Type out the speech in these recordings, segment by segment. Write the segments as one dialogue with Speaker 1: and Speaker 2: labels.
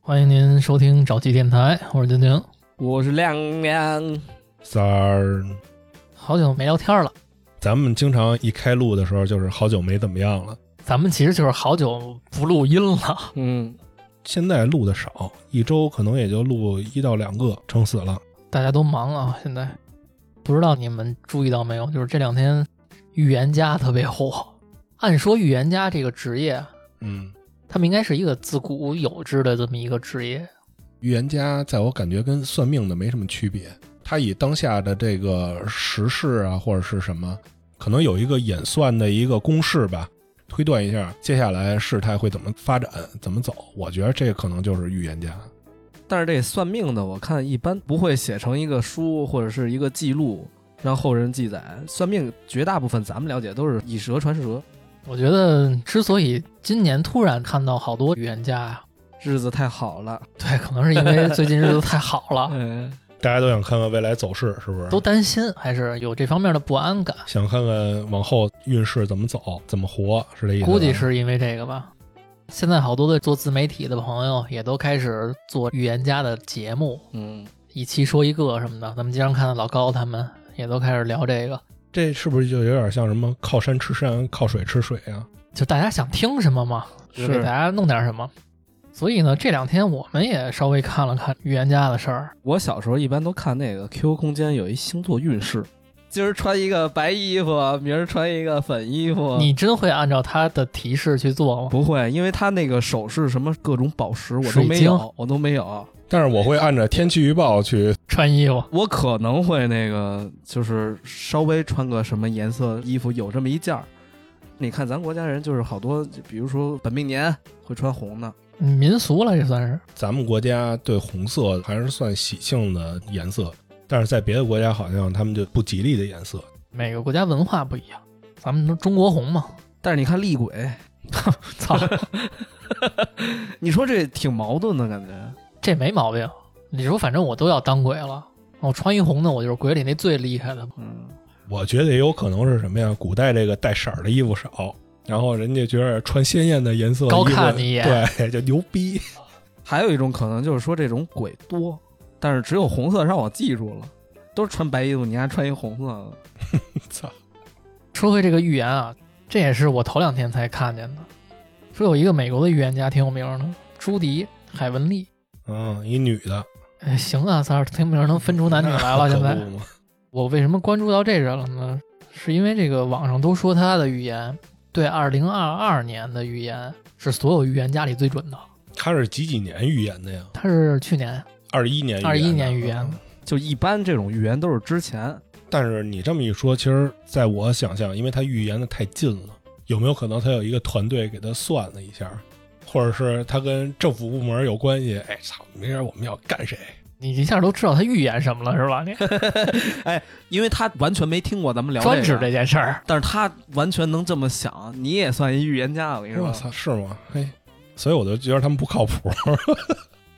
Speaker 1: 欢迎您收听找气电台，我是丁丁。
Speaker 2: 我是亮亮，
Speaker 3: 三儿，
Speaker 1: 好久没聊天了，
Speaker 3: 咱们经常一开录的时候就是好久没怎么样了，
Speaker 1: 咱们其实就是好久不录音了。
Speaker 2: 嗯，
Speaker 3: 现在录的少，一周可能也就录一到两个，撑死了。
Speaker 1: 大家都忙啊，现在不知道你们注意到没有，就是这两天预言家特别火。按说预言家这个职业，
Speaker 3: 嗯，
Speaker 1: 他们应该是一个自古有之的这么一个职业，
Speaker 3: 预言家在我感觉跟算命的没什么区别，他以当下的这个时事啊或者是什么，可能有一个演算的一个公式吧，推断一下接下来事态会怎么发展，怎么走。我觉得这可能就是预言家。
Speaker 2: 但是这算命的，我看一般不会写成一个书或者是一个记录让后人记载。算命绝大部分咱们了解都是以蛇传蛇，
Speaker 1: 我觉得之所以今年突然看到好多预言家呀，
Speaker 2: 日子太好了。
Speaker 1: 对，可能是因为最近日子太好了，
Speaker 2: 嗯，
Speaker 3: 大家都想看看未来走势是不是？
Speaker 1: 都担心，还是有这方面的不安感，
Speaker 3: 想看看往后运势怎么走，怎么活，是这意思吧？
Speaker 1: 估计是因为这个吧。现在好多的做自媒体的朋友也都开始做预言家的节目，
Speaker 2: 嗯，
Speaker 1: 一期说一个什么的。咱们经常看到老高他们也都开始聊这个，
Speaker 3: 这是不是就有点像什么靠山吃山，靠水吃水啊？
Speaker 1: 就大家想听什么嘛，就给
Speaker 2: 是
Speaker 1: 大家弄点什么。所以呢，这两天我们也稍微看了看预言家的事儿，
Speaker 2: 我小时候一般都看那个 QQ 空间有一星座运势，今儿穿一个白衣服，明儿穿一个粉衣服。
Speaker 1: 你真会按照他的提示去做吗？
Speaker 2: 不会，因为他那个首饰什么各种宝石我都
Speaker 1: 水
Speaker 2: 没
Speaker 1: 晶
Speaker 2: 有，我都没有。
Speaker 3: 但是我会按照天气预报去，
Speaker 1: 穿衣服，
Speaker 2: 我可能会那个，就是稍微穿个什么颜色衣服，有这么一件儿。你看咱国家人就是好多，比如说本命年会穿红的，
Speaker 1: 嗯民俗了，这算是。
Speaker 3: 咱们国家对红色还是算喜庆的颜色，但是在别的国家好像他们就不吉利的颜色。
Speaker 1: 每个国家文化不一样，咱们都中国红嘛，
Speaker 2: 但是你看厉鬼，
Speaker 1: 操，
Speaker 2: 你说这挺矛盾的感觉。
Speaker 1: 这没毛病。你说反正我都要当鬼了，我穿一红的，我就是鬼里那最厉害的。
Speaker 2: 嗯，
Speaker 3: 我觉得也有可能是什么呀？古代这个带色儿的衣服少，然后人家觉得穿鲜艳的颜色
Speaker 1: 高看
Speaker 3: 衣服
Speaker 1: 你一眼
Speaker 3: 对，就牛逼。
Speaker 2: 还有一种可能就是说这种鬼多，但是只有红色让我记住了，都是穿白衣服，你还穿一红色的。
Speaker 3: 操，
Speaker 1: 说回这个预言啊，这也是我头两天才看见的，说有一个美国的预言家挺有名的，朱迪·海文利。
Speaker 3: 嗯，一女的，
Speaker 1: 哎，行啊，三儿，听名儿能分出男女来 了。
Speaker 3: 那可
Speaker 1: 现
Speaker 3: 不
Speaker 1: 在
Speaker 3: 嘛
Speaker 1: 我为什么关注到这个了呢？是因为这个网上都说他的预言对2022年的预言是所有预言家里最准的，
Speaker 3: 她是几几年预言的呀？
Speaker 1: 他是去年
Speaker 3: 二一年，
Speaker 1: 21年预言的。
Speaker 2: 就一般这种预言都是之前，
Speaker 3: 但是你这么一说，其实在我想象，因为他预言的太近了，有没有可能他有一个团队给他算了一下，或者是他跟政府部门有关系？哎，操，明儿我们要干谁？
Speaker 1: 你一下都知道他预言什么了是吧？你
Speaker 2: 因为他完全没听过 咱们聊
Speaker 1: 专指这
Speaker 2: 这个，啊
Speaker 1: 件事儿。
Speaker 2: 但是他完全能这么想，你也算一预言家，我跟你说
Speaker 3: 我。操，是吗？嘿，所以我就觉得他们不靠 谱。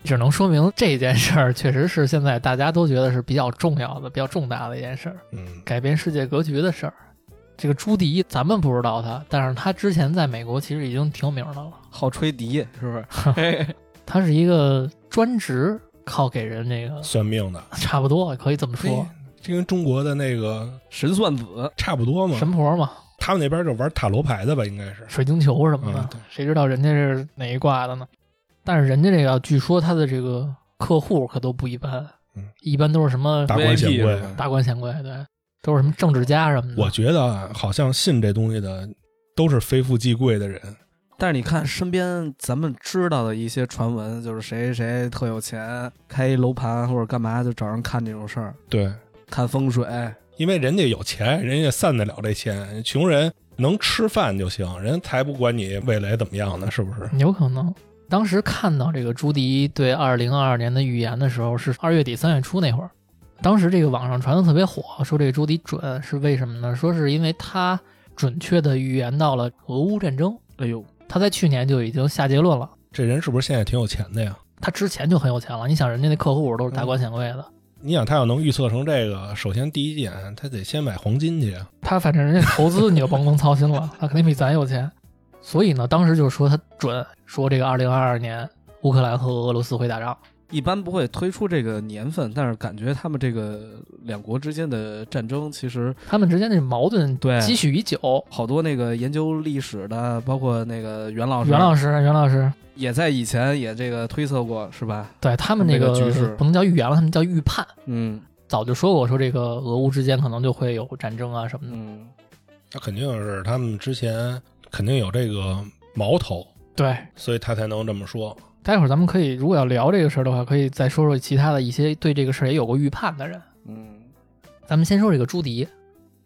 Speaker 1: 只能说明这件事儿确实是现在大家都觉得是比较重要的、比较重大的一件事儿，
Speaker 3: 嗯，
Speaker 1: 改变世界格局的事儿。这个朱迪，咱们不知道他，但是他之前在美国其实已经挺有名的了。
Speaker 2: 好吹笛是不是？
Speaker 1: 他是一个专职靠给人这个，
Speaker 3: 算命的，
Speaker 1: 差不多可以这么说
Speaker 3: 嘿，这跟中国的那个
Speaker 2: 神算子，
Speaker 3: 差不多嘛。
Speaker 1: 神婆嘛，
Speaker 3: 他们那边就玩塔罗牌的吧，应该是。
Speaker 1: 水晶球什么的
Speaker 3: 嗯，对
Speaker 1: 谁知道人家是哪一卦的呢？但是人家这个，据说他的这个客户可都不一般
Speaker 3: 嗯，
Speaker 1: 一般都是什么
Speaker 3: 达官
Speaker 2: VIP
Speaker 3: 显贵
Speaker 2: 是。吧
Speaker 1: 大官显贵，对，都是什么政治家什么的。
Speaker 3: 我觉得啊好像信这东西的都是非富即贵的人，
Speaker 2: 但是你看身边咱们知道的一些传闻，就是谁谁谁特有钱，开一楼盘或者干嘛，就找人看这种事儿，
Speaker 3: 对，
Speaker 2: 看风水。哎
Speaker 3: 因为人家有钱，人家散得了这钱。穷人能吃饭就行，人才不管你未来怎么样呢，是不是？
Speaker 1: 有可能。当时看到这个朱迪对二零二二年的预言的时候，是二月底三月初那会儿。当时这个网上传的特别火，说这个朱迪准是为什么呢？说是因为他准确的预言到了俄乌战争，
Speaker 2: 哎呦，
Speaker 1: 他在去年就已经下结论了。
Speaker 3: 这人是不是现在挺有钱的呀？
Speaker 1: 他之前就很有钱了，你想人家那客户都是达官显贵的，
Speaker 3: 你想他要能预测成这个，首先第一点他得先买黄金去。
Speaker 1: 他反正人家投资你就甭甭操心了，他肯定比咱有钱。所以呢，当时就说他准，说这个二零二二年乌克兰和俄罗斯会打仗。
Speaker 2: 一般不会推出这个年份，但是感觉他们这个两国之间的战争，其实
Speaker 1: 他们之间的矛盾
Speaker 2: 对
Speaker 1: 积蓄已久。
Speaker 2: 好多那个研究历史的，包括那个袁老师，
Speaker 1: 袁老师，袁老师，
Speaker 2: 也在以前也这个推测过，是吧？
Speaker 1: 对他们那
Speaker 2: 他们这个局势
Speaker 1: 个不能叫预言了，他们叫预判。
Speaker 2: 嗯
Speaker 1: 早就说过，说这个俄乌之间可能就会有战争啊什么的。
Speaker 2: 嗯，
Speaker 3: 他肯定是他们之前肯定有这个矛头，
Speaker 1: 对，
Speaker 3: 所以他才能这么说。
Speaker 1: 待会儿咱们可以，如果要聊这个事儿的话，可以再说说其他的一些对这个事儿也有过预判的人。
Speaker 2: 嗯，
Speaker 1: 咱们先说这个朱迪，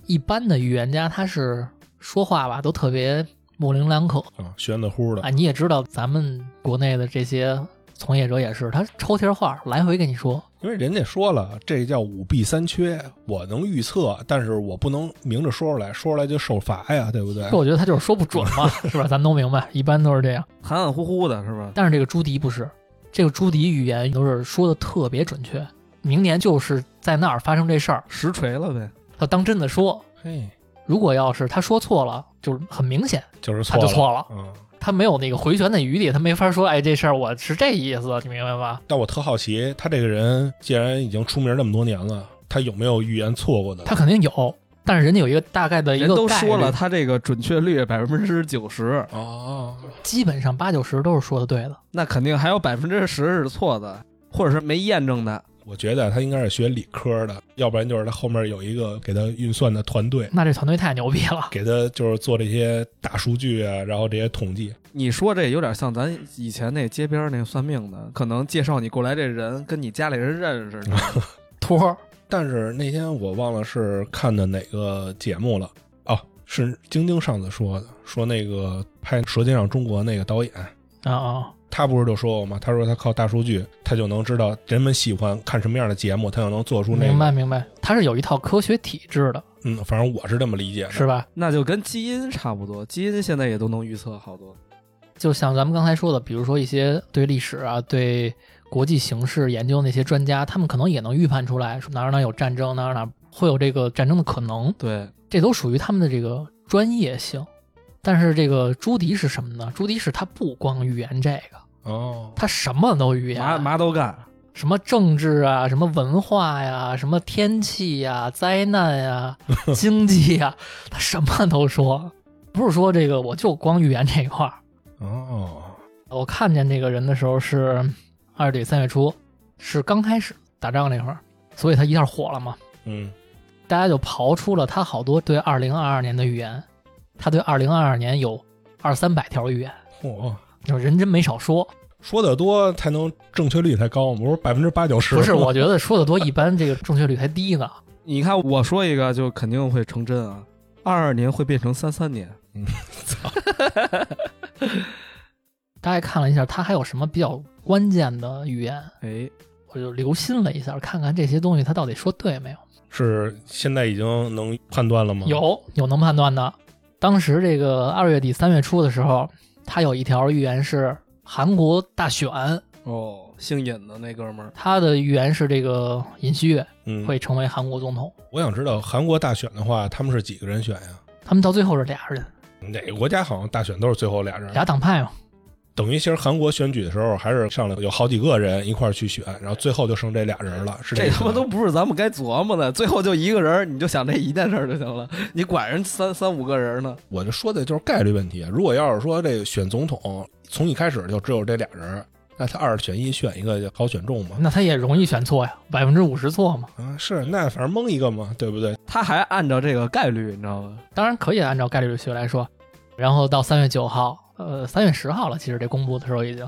Speaker 1: 一般的预言家他是说话吧都特别模棱两可
Speaker 3: 啊，玄乎乎
Speaker 1: 啊，
Speaker 3: 的，
Speaker 1: 你也知道咱们国内的这些从业者也是，他抽贴话来回跟你说，
Speaker 3: 因为人家说了，这叫五弊三缺，我能预测，但是我不能明着说出来，说出来就受罚呀，对不对
Speaker 1: 这？我觉得他就是说不准嘛，是吧？咱们都明白，一般都是这样。
Speaker 2: 含含糊糊的是吧？
Speaker 1: 但是这个朱迪不是，这个朱迪预言都是说的特别准确，明年就是在那儿发生这事儿，
Speaker 2: 实锤了呗。
Speaker 1: 他当真的说。
Speaker 3: 嘿，
Speaker 1: 如果要是他说错了，就是很明显，
Speaker 3: 就是
Speaker 1: 他
Speaker 3: 错
Speaker 1: 就
Speaker 3: 了，
Speaker 1: 错了，
Speaker 3: 嗯，
Speaker 1: 他没有那个回旋的余地，他没法说，哎，这事儿我是这意思，你明白吧？
Speaker 3: 但我特好奇，他这个人既然已经出名那么多年了，他有没有预言错过的？
Speaker 1: 他肯定有，但是人家有一个大概呃的一
Speaker 2: 人
Speaker 1: 个
Speaker 2: 都
Speaker 1: 概
Speaker 2: 说
Speaker 1: 率
Speaker 2: 了，，他这个准确率百分之九十，
Speaker 3: 哦，
Speaker 1: 基本上八九十都是说的对的。
Speaker 2: 那肯定还有百分之十是错的，或者是没验证的。
Speaker 3: 我觉得他应该是学理科的，要不然就是他后面有一个给他运算的团队，
Speaker 1: 那这团队太牛逼了，
Speaker 3: 给他就是做这些大数据啊，然后这些统计。
Speaker 2: 你说这有点像咱以前那街边那算命的，可能介绍你过来这人跟你家里人认识呢。
Speaker 1: 托儿
Speaker 3: 但是那天我忘了是看的哪个节目了，哦，是晶晶上次说的，说那个拍《舌尖上中国》那个导演，
Speaker 1: 啊啊！
Speaker 3: 他不是就说过吗？他说他靠大数据，他就能知道人们喜欢看什么样的节目，他就能做出那个。
Speaker 1: 明白明白，它是有一套科学体制的，
Speaker 3: 嗯，反正我是这么理解的。
Speaker 1: 是吧？
Speaker 2: 那就跟基因差不多，基因现在也都能预测好多。
Speaker 1: 就像咱们刚才说的，比如说一些对历史啊、对国际形势研究那些专家，他们可能也能预判出来，说哪儿哪儿有战争，哪儿哪儿会有这个战争的可能，
Speaker 2: 对，
Speaker 1: 这都属于他们的这个专业性。但是这个朱迪是什么呢？朱迪是他不光预言这个，
Speaker 3: 哦，
Speaker 1: 他什么都预言，
Speaker 2: 麻麻都干。
Speaker 1: 什么政治啊，什么文化呀、什么天气呀、灾难呀、经济呀、他什么都说。不是说这个我就光预言这一块儿。
Speaker 3: 哦，
Speaker 1: 我看见这个人的时候是二月底三月初，是刚开始打仗那会儿，所以他一下火了嘛。
Speaker 3: 嗯，
Speaker 1: 大家就刨出了他好多对二零二二年的预言，他对二零二二年有二三百条预言，
Speaker 3: 嚯、
Speaker 1: 就人真没少说。
Speaker 3: 说的多才能正确率才高嘛，不是百分之八九十？
Speaker 1: 不是，我觉得说的多，一般这个正确率还低呢。
Speaker 2: 你看我说一个就肯定会成真啊，二二年会变成三三年。
Speaker 1: 大概看了一下，他还有什么比较关键的语言，
Speaker 2: 哎，
Speaker 1: 我就留心了一下，看看这些东西他到底说对没有。
Speaker 3: 是现在已经能判断了吗？，
Speaker 1: 有有能判断的。当时这个二月底三月初的时候，他有一条预言是韩国大选，
Speaker 2: 哦，姓尹的那哥们儿，
Speaker 1: 他的预言是这个尹锡悦
Speaker 3: 嗯，
Speaker 1: 会成为韩国总统。
Speaker 3: 我想知道韩国大选的话，他们是几个人选呀？
Speaker 1: 他们到最后是俩人，
Speaker 3: 哪个国家好像大选都是最后俩人？
Speaker 1: 俩党派嘛。
Speaker 3: 等于其实韩国选举的时候，还是上来有好几个人一块儿去选，然后最后就剩这俩人了，是
Speaker 2: 这
Speaker 3: 个
Speaker 2: 他妈都不是咱们该琢磨的。最后就一个人儿，你就想这一件事儿就行了，你管人三三五个人呢？
Speaker 3: 我就说的就是概率问题。啊如果要是说这个选总统从一开始就只有这俩人，那他二选一选一个就好选中嘛？
Speaker 1: 那他也容易选错呀，百分之五十错嘛。
Speaker 3: 啊，是，那反正蒙一个嘛，对不对？
Speaker 2: 他还按照这个概率，你知道吗？
Speaker 1: 当然可以按照概率学来说。然后到三月九号，呃，三月十号了，其实这公布的时候已经，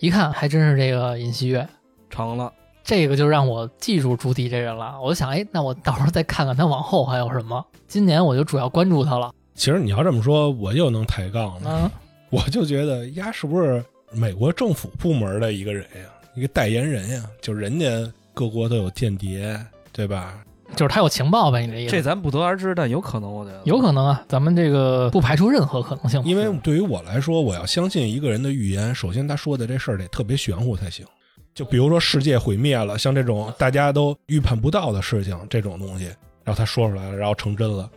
Speaker 1: 一看还真是这个尹锡悦，
Speaker 2: 成了，
Speaker 1: 这个就让我记住朱迪这人了。我就想，哎，那我到时候再看看他往后还有什么。今年我就主要关注他了。
Speaker 3: 其实你要这么说，我又能抬杠了。
Speaker 1: 嗯，
Speaker 3: 我就觉得丫是不是美国政府部门的一个人呀，一个代言人呀？就人家各国都有间谍，对吧？
Speaker 1: 就是他有情报呗，你这意
Speaker 2: 这
Speaker 1: 思？
Speaker 2: 咱不得而知，但有可能，我觉得
Speaker 1: 有可能啊，咱们这个不排除任何可能性嘛。
Speaker 3: 因为对于我来说，我要相信一个人的预言，首先他说的这事儿得特别玄乎才行。就比如说世界毁灭了，像这种大家都预判不到的事情，这种东西，然后他说出来了，然后成真了。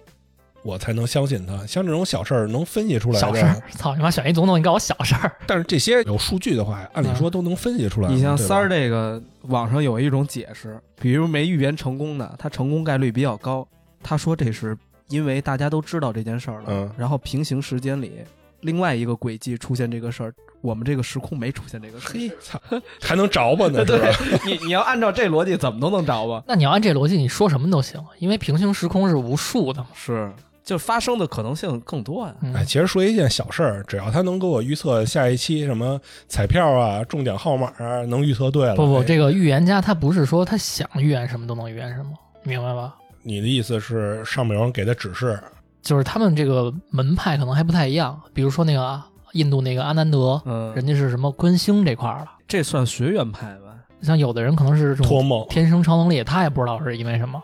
Speaker 3: 我才能相信他。像这种小事儿能分析出来
Speaker 1: 小事
Speaker 3: 的
Speaker 1: 儿，，操你妈！选一总统，你告诉我小事儿，
Speaker 3: 但是这些有数据的话，按理
Speaker 1: 嗯
Speaker 3: 说都能分析出来嘛。
Speaker 2: 你像
Speaker 3: 对吧
Speaker 2: 三儿这个，网上有一种解释，比如没预言成功的，他成功概率比较高。他说这是因为大家都知道这件事儿了，
Speaker 3: 嗯
Speaker 2: 然后平行时间里另外一个轨迹出现这个事儿，我们这个时空没出现这个事儿。
Speaker 3: 嘿，操，还能着吧 呢？是吧？
Speaker 2: 你你要按照这逻辑，怎么都能着吧？
Speaker 1: 那你要按这逻辑，你说什么都行，因为平行时空是无数的嘛。
Speaker 2: 是，就发生的可能性更多呀、
Speaker 1: 嗯
Speaker 3: 哎，其实说一件小事儿，只要他能给我预测下一期什么彩票啊、中奖号码啊，能预测对了。
Speaker 1: 不不，
Speaker 3: 哎
Speaker 1: 这个预言家他不是说他想预言什么都能预言什么，明白吧？
Speaker 3: 你的意思是上面有人给的指示？
Speaker 1: 就是他们这个门派可能还不太一样，比如说那个啊印度那个阿南德，
Speaker 2: 嗯，
Speaker 1: 人家是什么观星这块儿的，
Speaker 2: 这算学院派吧？
Speaker 1: 像有的人可能是这
Speaker 3: 托
Speaker 1: 种
Speaker 3: 梦
Speaker 1: 天生超能力，他也不知道是因为什么。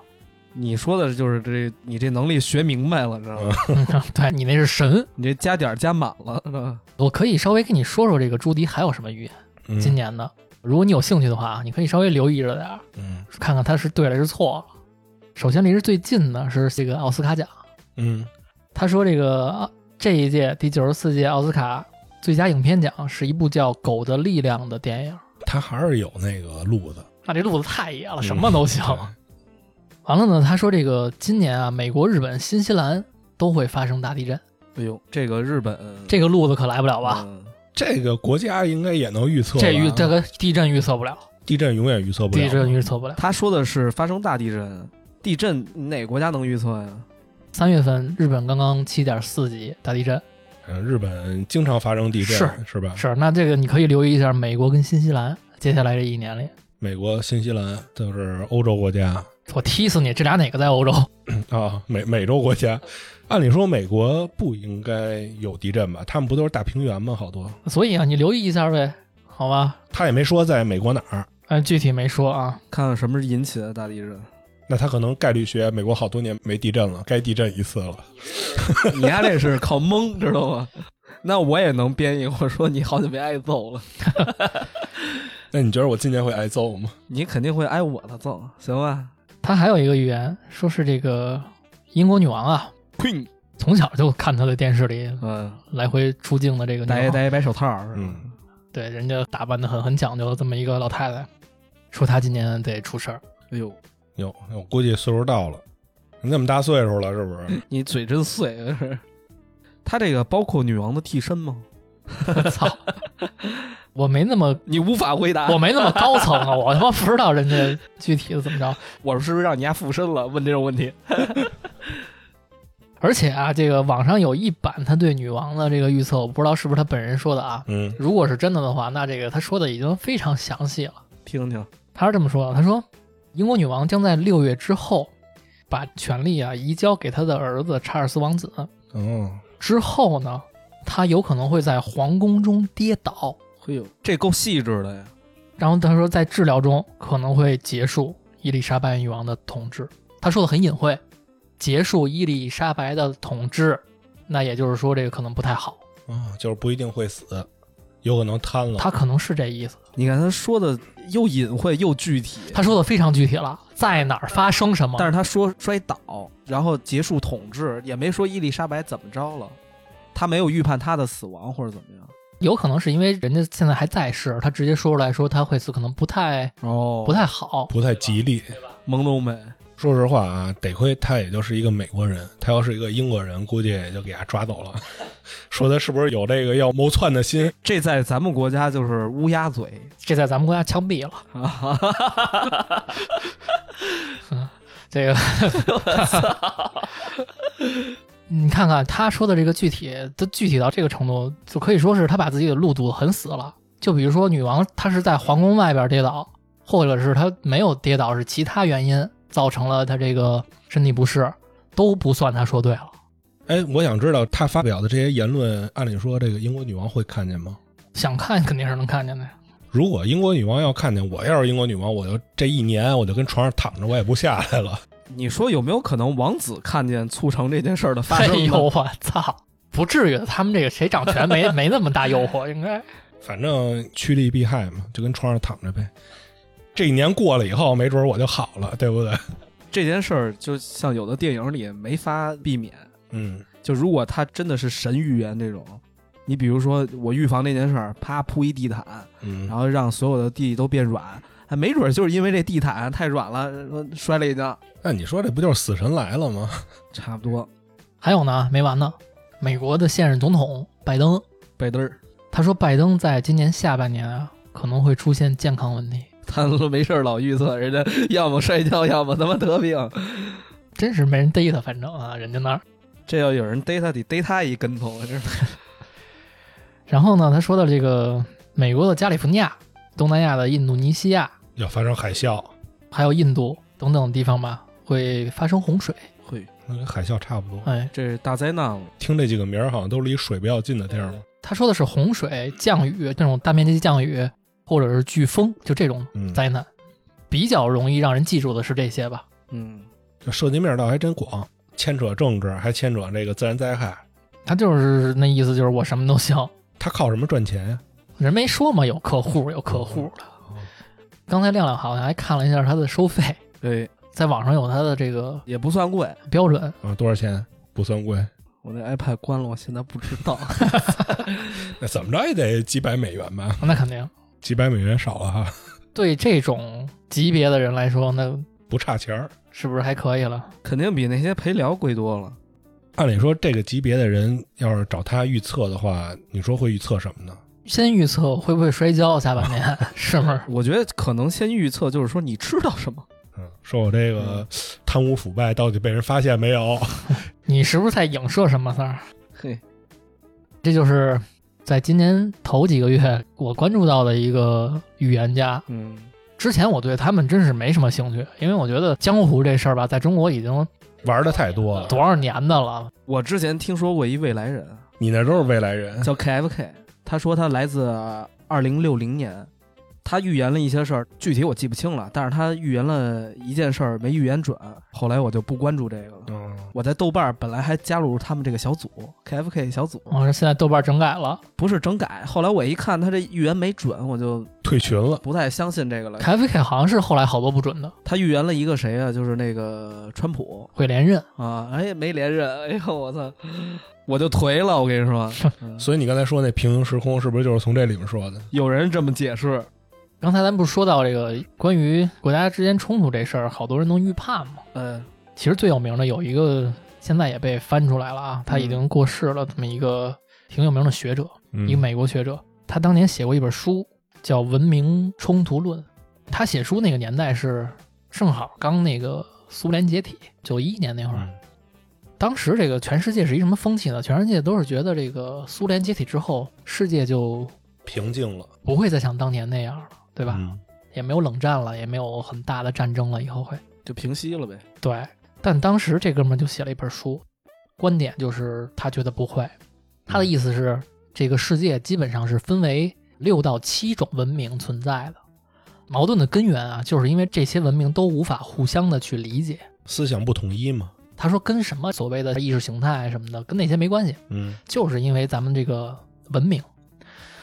Speaker 2: 你说的就是这，你这能力学明白了，知道吗？
Speaker 1: 嗯对你那是神，
Speaker 2: 你这加点儿加满了， 知道吗？
Speaker 1: 我可以稍微跟你说说这个朱迪还有什么预言，
Speaker 3: 嗯
Speaker 1: 今年的，如果你有兴趣的话，啊你可以稍微留意着点儿，
Speaker 3: 嗯
Speaker 1: 看看他是对了是错了。首先离着最近的是这个奥斯卡奖。
Speaker 3: 嗯
Speaker 1: 他说这个啊这一届第九十四届奥斯卡最佳影片奖是一部叫《狗的力量》的电影。
Speaker 3: 他还是有那个路子，
Speaker 1: 那这路子太野了，啊什么都行。
Speaker 3: 嗯对
Speaker 1: 完了呢，他说这个今年啊，美国、日本、新西兰都会发生大地震，
Speaker 2: 哎呦，这个日本
Speaker 1: 这个路子可来不了吧？
Speaker 2: 嗯
Speaker 3: 这个国家应该也能预测吧。
Speaker 1: 这预这个地震预测不了，
Speaker 3: 地震永远预测不了。嗯
Speaker 1: 地震预测不了。
Speaker 2: 他说的是发生大地震，地震哪个国家能预测呀？
Speaker 1: 三月份日本刚刚七点四级大地震，
Speaker 3: 嗯日本经常发生地震，
Speaker 1: 是
Speaker 3: 是吧？
Speaker 1: 是那这个你可以留意一下美国跟新西兰接下来这一年里。
Speaker 3: 美国、新西兰就是欧洲国家
Speaker 1: 我踢死你！这俩哪个在欧洲？
Speaker 3: 啊，美美洲国家。按理说美国不应该有地震吧？他们不都是大平原吗？好多
Speaker 1: 所以啊，你留意一下呗，好吧？
Speaker 3: 他也没说在美国哪儿，
Speaker 1: 嗯，具体没说啊。
Speaker 2: 看看什么是引起的大地震。
Speaker 3: 那他可能概率学，美国好多年没地震了，该地震一次了。
Speaker 2: 你丫这是靠蒙，知道吗？ 那我也能编一个，我说你好久没挨揍了，
Speaker 3: 那你觉得我今年会挨揍吗？
Speaker 2: 你肯定会挨我的揍，行吧
Speaker 1: 他还有一个预言，说是这个英国女王啊，
Speaker 2: ？Queen，
Speaker 1: 从小就看她在电视里
Speaker 2: 嗯，
Speaker 1: 来回出镜的这个女
Speaker 2: 戴一
Speaker 1: 王，
Speaker 2: 戴一白手套是吧？
Speaker 3: 嗯
Speaker 1: 对，人家打扮的很很讲究，这么一个老太太，说她今年得出事儿。
Speaker 2: 哎呦，
Speaker 3: 有，我估计岁数到了，你那么大岁数了，是不是？
Speaker 2: 你嘴真碎，这是。他这个包括女王的替身吗？
Speaker 1: 操， 我没那么。
Speaker 2: 你无法回 答。
Speaker 1: 我没那么高层啊，我他妈不知道人家具体的怎么着。
Speaker 2: 我是不是让你丫附身了？问这种问题，
Speaker 1: 而且啊，这个网上有一版他对女王的这个预测，我不知道是不是他本人说的啊。
Speaker 3: 嗯
Speaker 1: 如果是真的的话，那这个他说的已经非常详细了。
Speaker 2: 听听。
Speaker 1: 他是这么说的：“他说，英国女王将在六月之后把权力啊移交给她的儿子查尔斯王子。
Speaker 3: 哦，
Speaker 1: 之后呢，她有可能会在皇宫中跌倒，
Speaker 2: 哎呦，这够细致的呀！
Speaker 1: 然后他说在治疗中可能会结束伊丽莎白女王的统治。他说的很隐晦，结束伊丽莎白的统治，那也就是说这个可能不太好。
Speaker 3: 啊，就是不一定会死，有可能瘫了。
Speaker 1: 他可能是这意思。
Speaker 2: 你看他说的又隐晦又具体，
Speaker 1: 他说的非常具体了，在哪儿发生什么
Speaker 2: 但。是他说摔倒，然后结束统治，也没说伊丽莎白怎么着了，他没有预判她的死亡或者怎么样。
Speaker 1: 有可能是因为人家现在还在世，他直接说出来说他会死，可能不太
Speaker 2: 哦
Speaker 1: 不太好。
Speaker 3: 不太吉利。
Speaker 2: 朦胧美。
Speaker 3: 说实话啊，得亏他也就是一个美国人，他要是一个英国人，估计也就给他抓走了。 说他是不是有这个要谋篡的心？
Speaker 2: 这在咱们国家就是乌鸦嘴，
Speaker 1: 这在咱们国家枪毙了。嗯这个，你看看他说的这个具体，都具体到这个程度，就可以说是他把自己给路堵得很死了。就比如说女王，她是在皇宫外边跌倒，或者是她没有跌倒，是其他原因造成了她这个身体不适，都不算他说对了。
Speaker 3: 哎，我想知道他发表的这些言论，按理说这个英国女王会看见吗？
Speaker 1: 想看肯定是能看见的呀。
Speaker 3: 如果英国女王要看见，我要是英国女王，我就这一年我就跟床上躺着，我也不下来了。
Speaker 2: 你说有没有可能王子看见促成这件事儿的发
Speaker 1: 哎
Speaker 2: 生呢？
Speaker 1: 呦我操，不至于的，他们这个谁掌权没没那么大诱惑，应该。
Speaker 3: 反正趋利避害嘛，就跟床上躺着呗。这一年过了以后，没准我就好了，对不对？
Speaker 2: 这件事儿就像有的电影里没法避免，
Speaker 3: 嗯，
Speaker 2: 就如果他真的是神预言这种，你比如说我预防这件事儿，啪铺一地毯，
Speaker 3: 嗯，
Speaker 2: 然后让所有的地都变软，还没准儿就是因为这地毯太软了呃摔了一跤，
Speaker 3: 那你说这不就是死神来了吗？
Speaker 2: 差不多
Speaker 1: 还有呢，没完呢，美国的现任总统拜登，
Speaker 2: 背嘚儿，
Speaker 1: 他说拜登在今年下半年啊可能会出现健康问题，
Speaker 2: 他都没事儿老预测人家 要么摔跤，要么他妈得病，
Speaker 1: 真是没人逮他，反正啊，人家那儿。
Speaker 2: 这要有人逮他得逮他一跟头，这是
Speaker 1: 然后呢，他说到这个美国的加利福尼亚、东南亚的印度尼西亚，
Speaker 3: 要发生海啸，
Speaker 1: 还有印度等等地方吧，会发生洪水。
Speaker 2: 嘿，
Speaker 3: 那跟海啸差不多。
Speaker 1: 哎，
Speaker 2: 这是大灾难了。
Speaker 3: 听这几个名儿，好像都离水比较近的地儿嘛。
Speaker 1: 他说的是洪水、降雨这种大面积降雨，或者是飓风，就这种
Speaker 3: 嗯，
Speaker 1: 灾难，比较容易让人记住的是这些吧。
Speaker 2: 嗯，
Speaker 3: 这涉及面倒还真广，牵扯政治，还牵扯这个自然灾害。
Speaker 1: 他就是那意思，就是我什么都行。
Speaker 3: 他靠什么赚钱呀？
Speaker 1: 人没说嘛，有客户，有客户了。刚才亮亮好像还看了一下他的收费，
Speaker 2: 对，
Speaker 1: 在网上有他的这个
Speaker 2: 也不算贵。
Speaker 1: 标准，
Speaker 3: 啊，多少钱不算贵？
Speaker 2: 我那 iPad 关了，我现在不知道。
Speaker 3: 那怎么着也得几百美元吧？
Speaker 1: 那肯定
Speaker 3: 几百美元少了哈，
Speaker 1: 对这种级别的人来说，那
Speaker 3: 不差钱儿。
Speaker 1: 是不是还可以了？
Speaker 2: 肯定比那些陪聊贵多了。
Speaker 3: 按理说，这个级别的人要是找他预测的话，你说会预测什么呢？
Speaker 1: 先预测我会不会摔跤，下半 年是不是？
Speaker 2: 我觉得可能先预测就是说你知道什么，
Speaker 3: 嗯，说我这个贪污腐败到底被人发现没有？
Speaker 1: 你是不是在影射什么事儿？
Speaker 2: 嘿，
Speaker 1: 这就是在今年头几个月我关注到的一个预言家。
Speaker 2: 嗯，
Speaker 1: 之前我对他们真是没什么兴趣，因为我觉得江湖这事儿吧，在中国已经
Speaker 3: 玩的太多了，
Speaker 1: 多少年的了。
Speaker 2: 我之前听说过一未来人
Speaker 3: 你那都是未来人。
Speaker 2: 叫 KFK，他说他来自二零六零年，他预言了一些事儿，具体我记不清了，但是他预言了一件事儿没预言准，后来我就不关注这个了。
Speaker 3: 嗯，
Speaker 2: 我在豆瓣儿本来还加入他们这个小组 KFK 小组，
Speaker 1: 我说现在豆瓣整改了，
Speaker 2: 不是整改。后来我一看他这预言没准，我就
Speaker 3: 退群了。
Speaker 2: 不太相信这个了。
Speaker 1: 凯菲凯好像是后来好多不准的，
Speaker 2: 他预言了一个谁啊？就是那个川普，
Speaker 1: 会连任。
Speaker 2: 啊，哎，没连任，哎呦，我操，我就颓了，我跟你说，嗯
Speaker 3: 所以你刚才说那平行时空是不是就是从这里面说的？
Speaker 2: 有人这么解释，
Speaker 1: 刚才咱不是说到这个关于国家之间冲突这事儿，好多人能预判吗？
Speaker 2: 嗯、
Speaker 1: 其实最有名的有一个，现在也被翻出来了啊，他已经过世了，这么一个挺有名的学者，
Speaker 3: 嗯
Speaker 1: 一个美国学者，他当年写过一本书叫《文明冲突论》，他写书那个年代是正好刚那个苏联解体，九一年那会儿
Speaker 3: 嗯，
Speaker 1: 当时这个全世界是一什么风气呢？全世界都是觉得这个苏联解体之后，世界就
Speaker 3: 平静了，
Speaker 1: 不会再像当年那样了，对
Speaker 3: 对
Speaker 1: 吧？也没有冷战了，也没有很大的战争了，以后会
Speaker 2: 就平息了呗。
Speaker 1: 对。但当时这哥们儿就写了一本书，观点就是他觉得不会，他
Speaker 3: 嗯
Speaker 1: 的意思是这个世界基本上是分为六到七种文明存在的。矛盾的根源啊，就是因为这些文明都无法互相的去理解。
Speaker 3: 思想不统一嘛。
Speaker 1: 他说跟什么所谓的意识形态什么的，跟那些没关系，
Speaker 3: 嗯
Speaker 1: 就是因为咱们这个文明。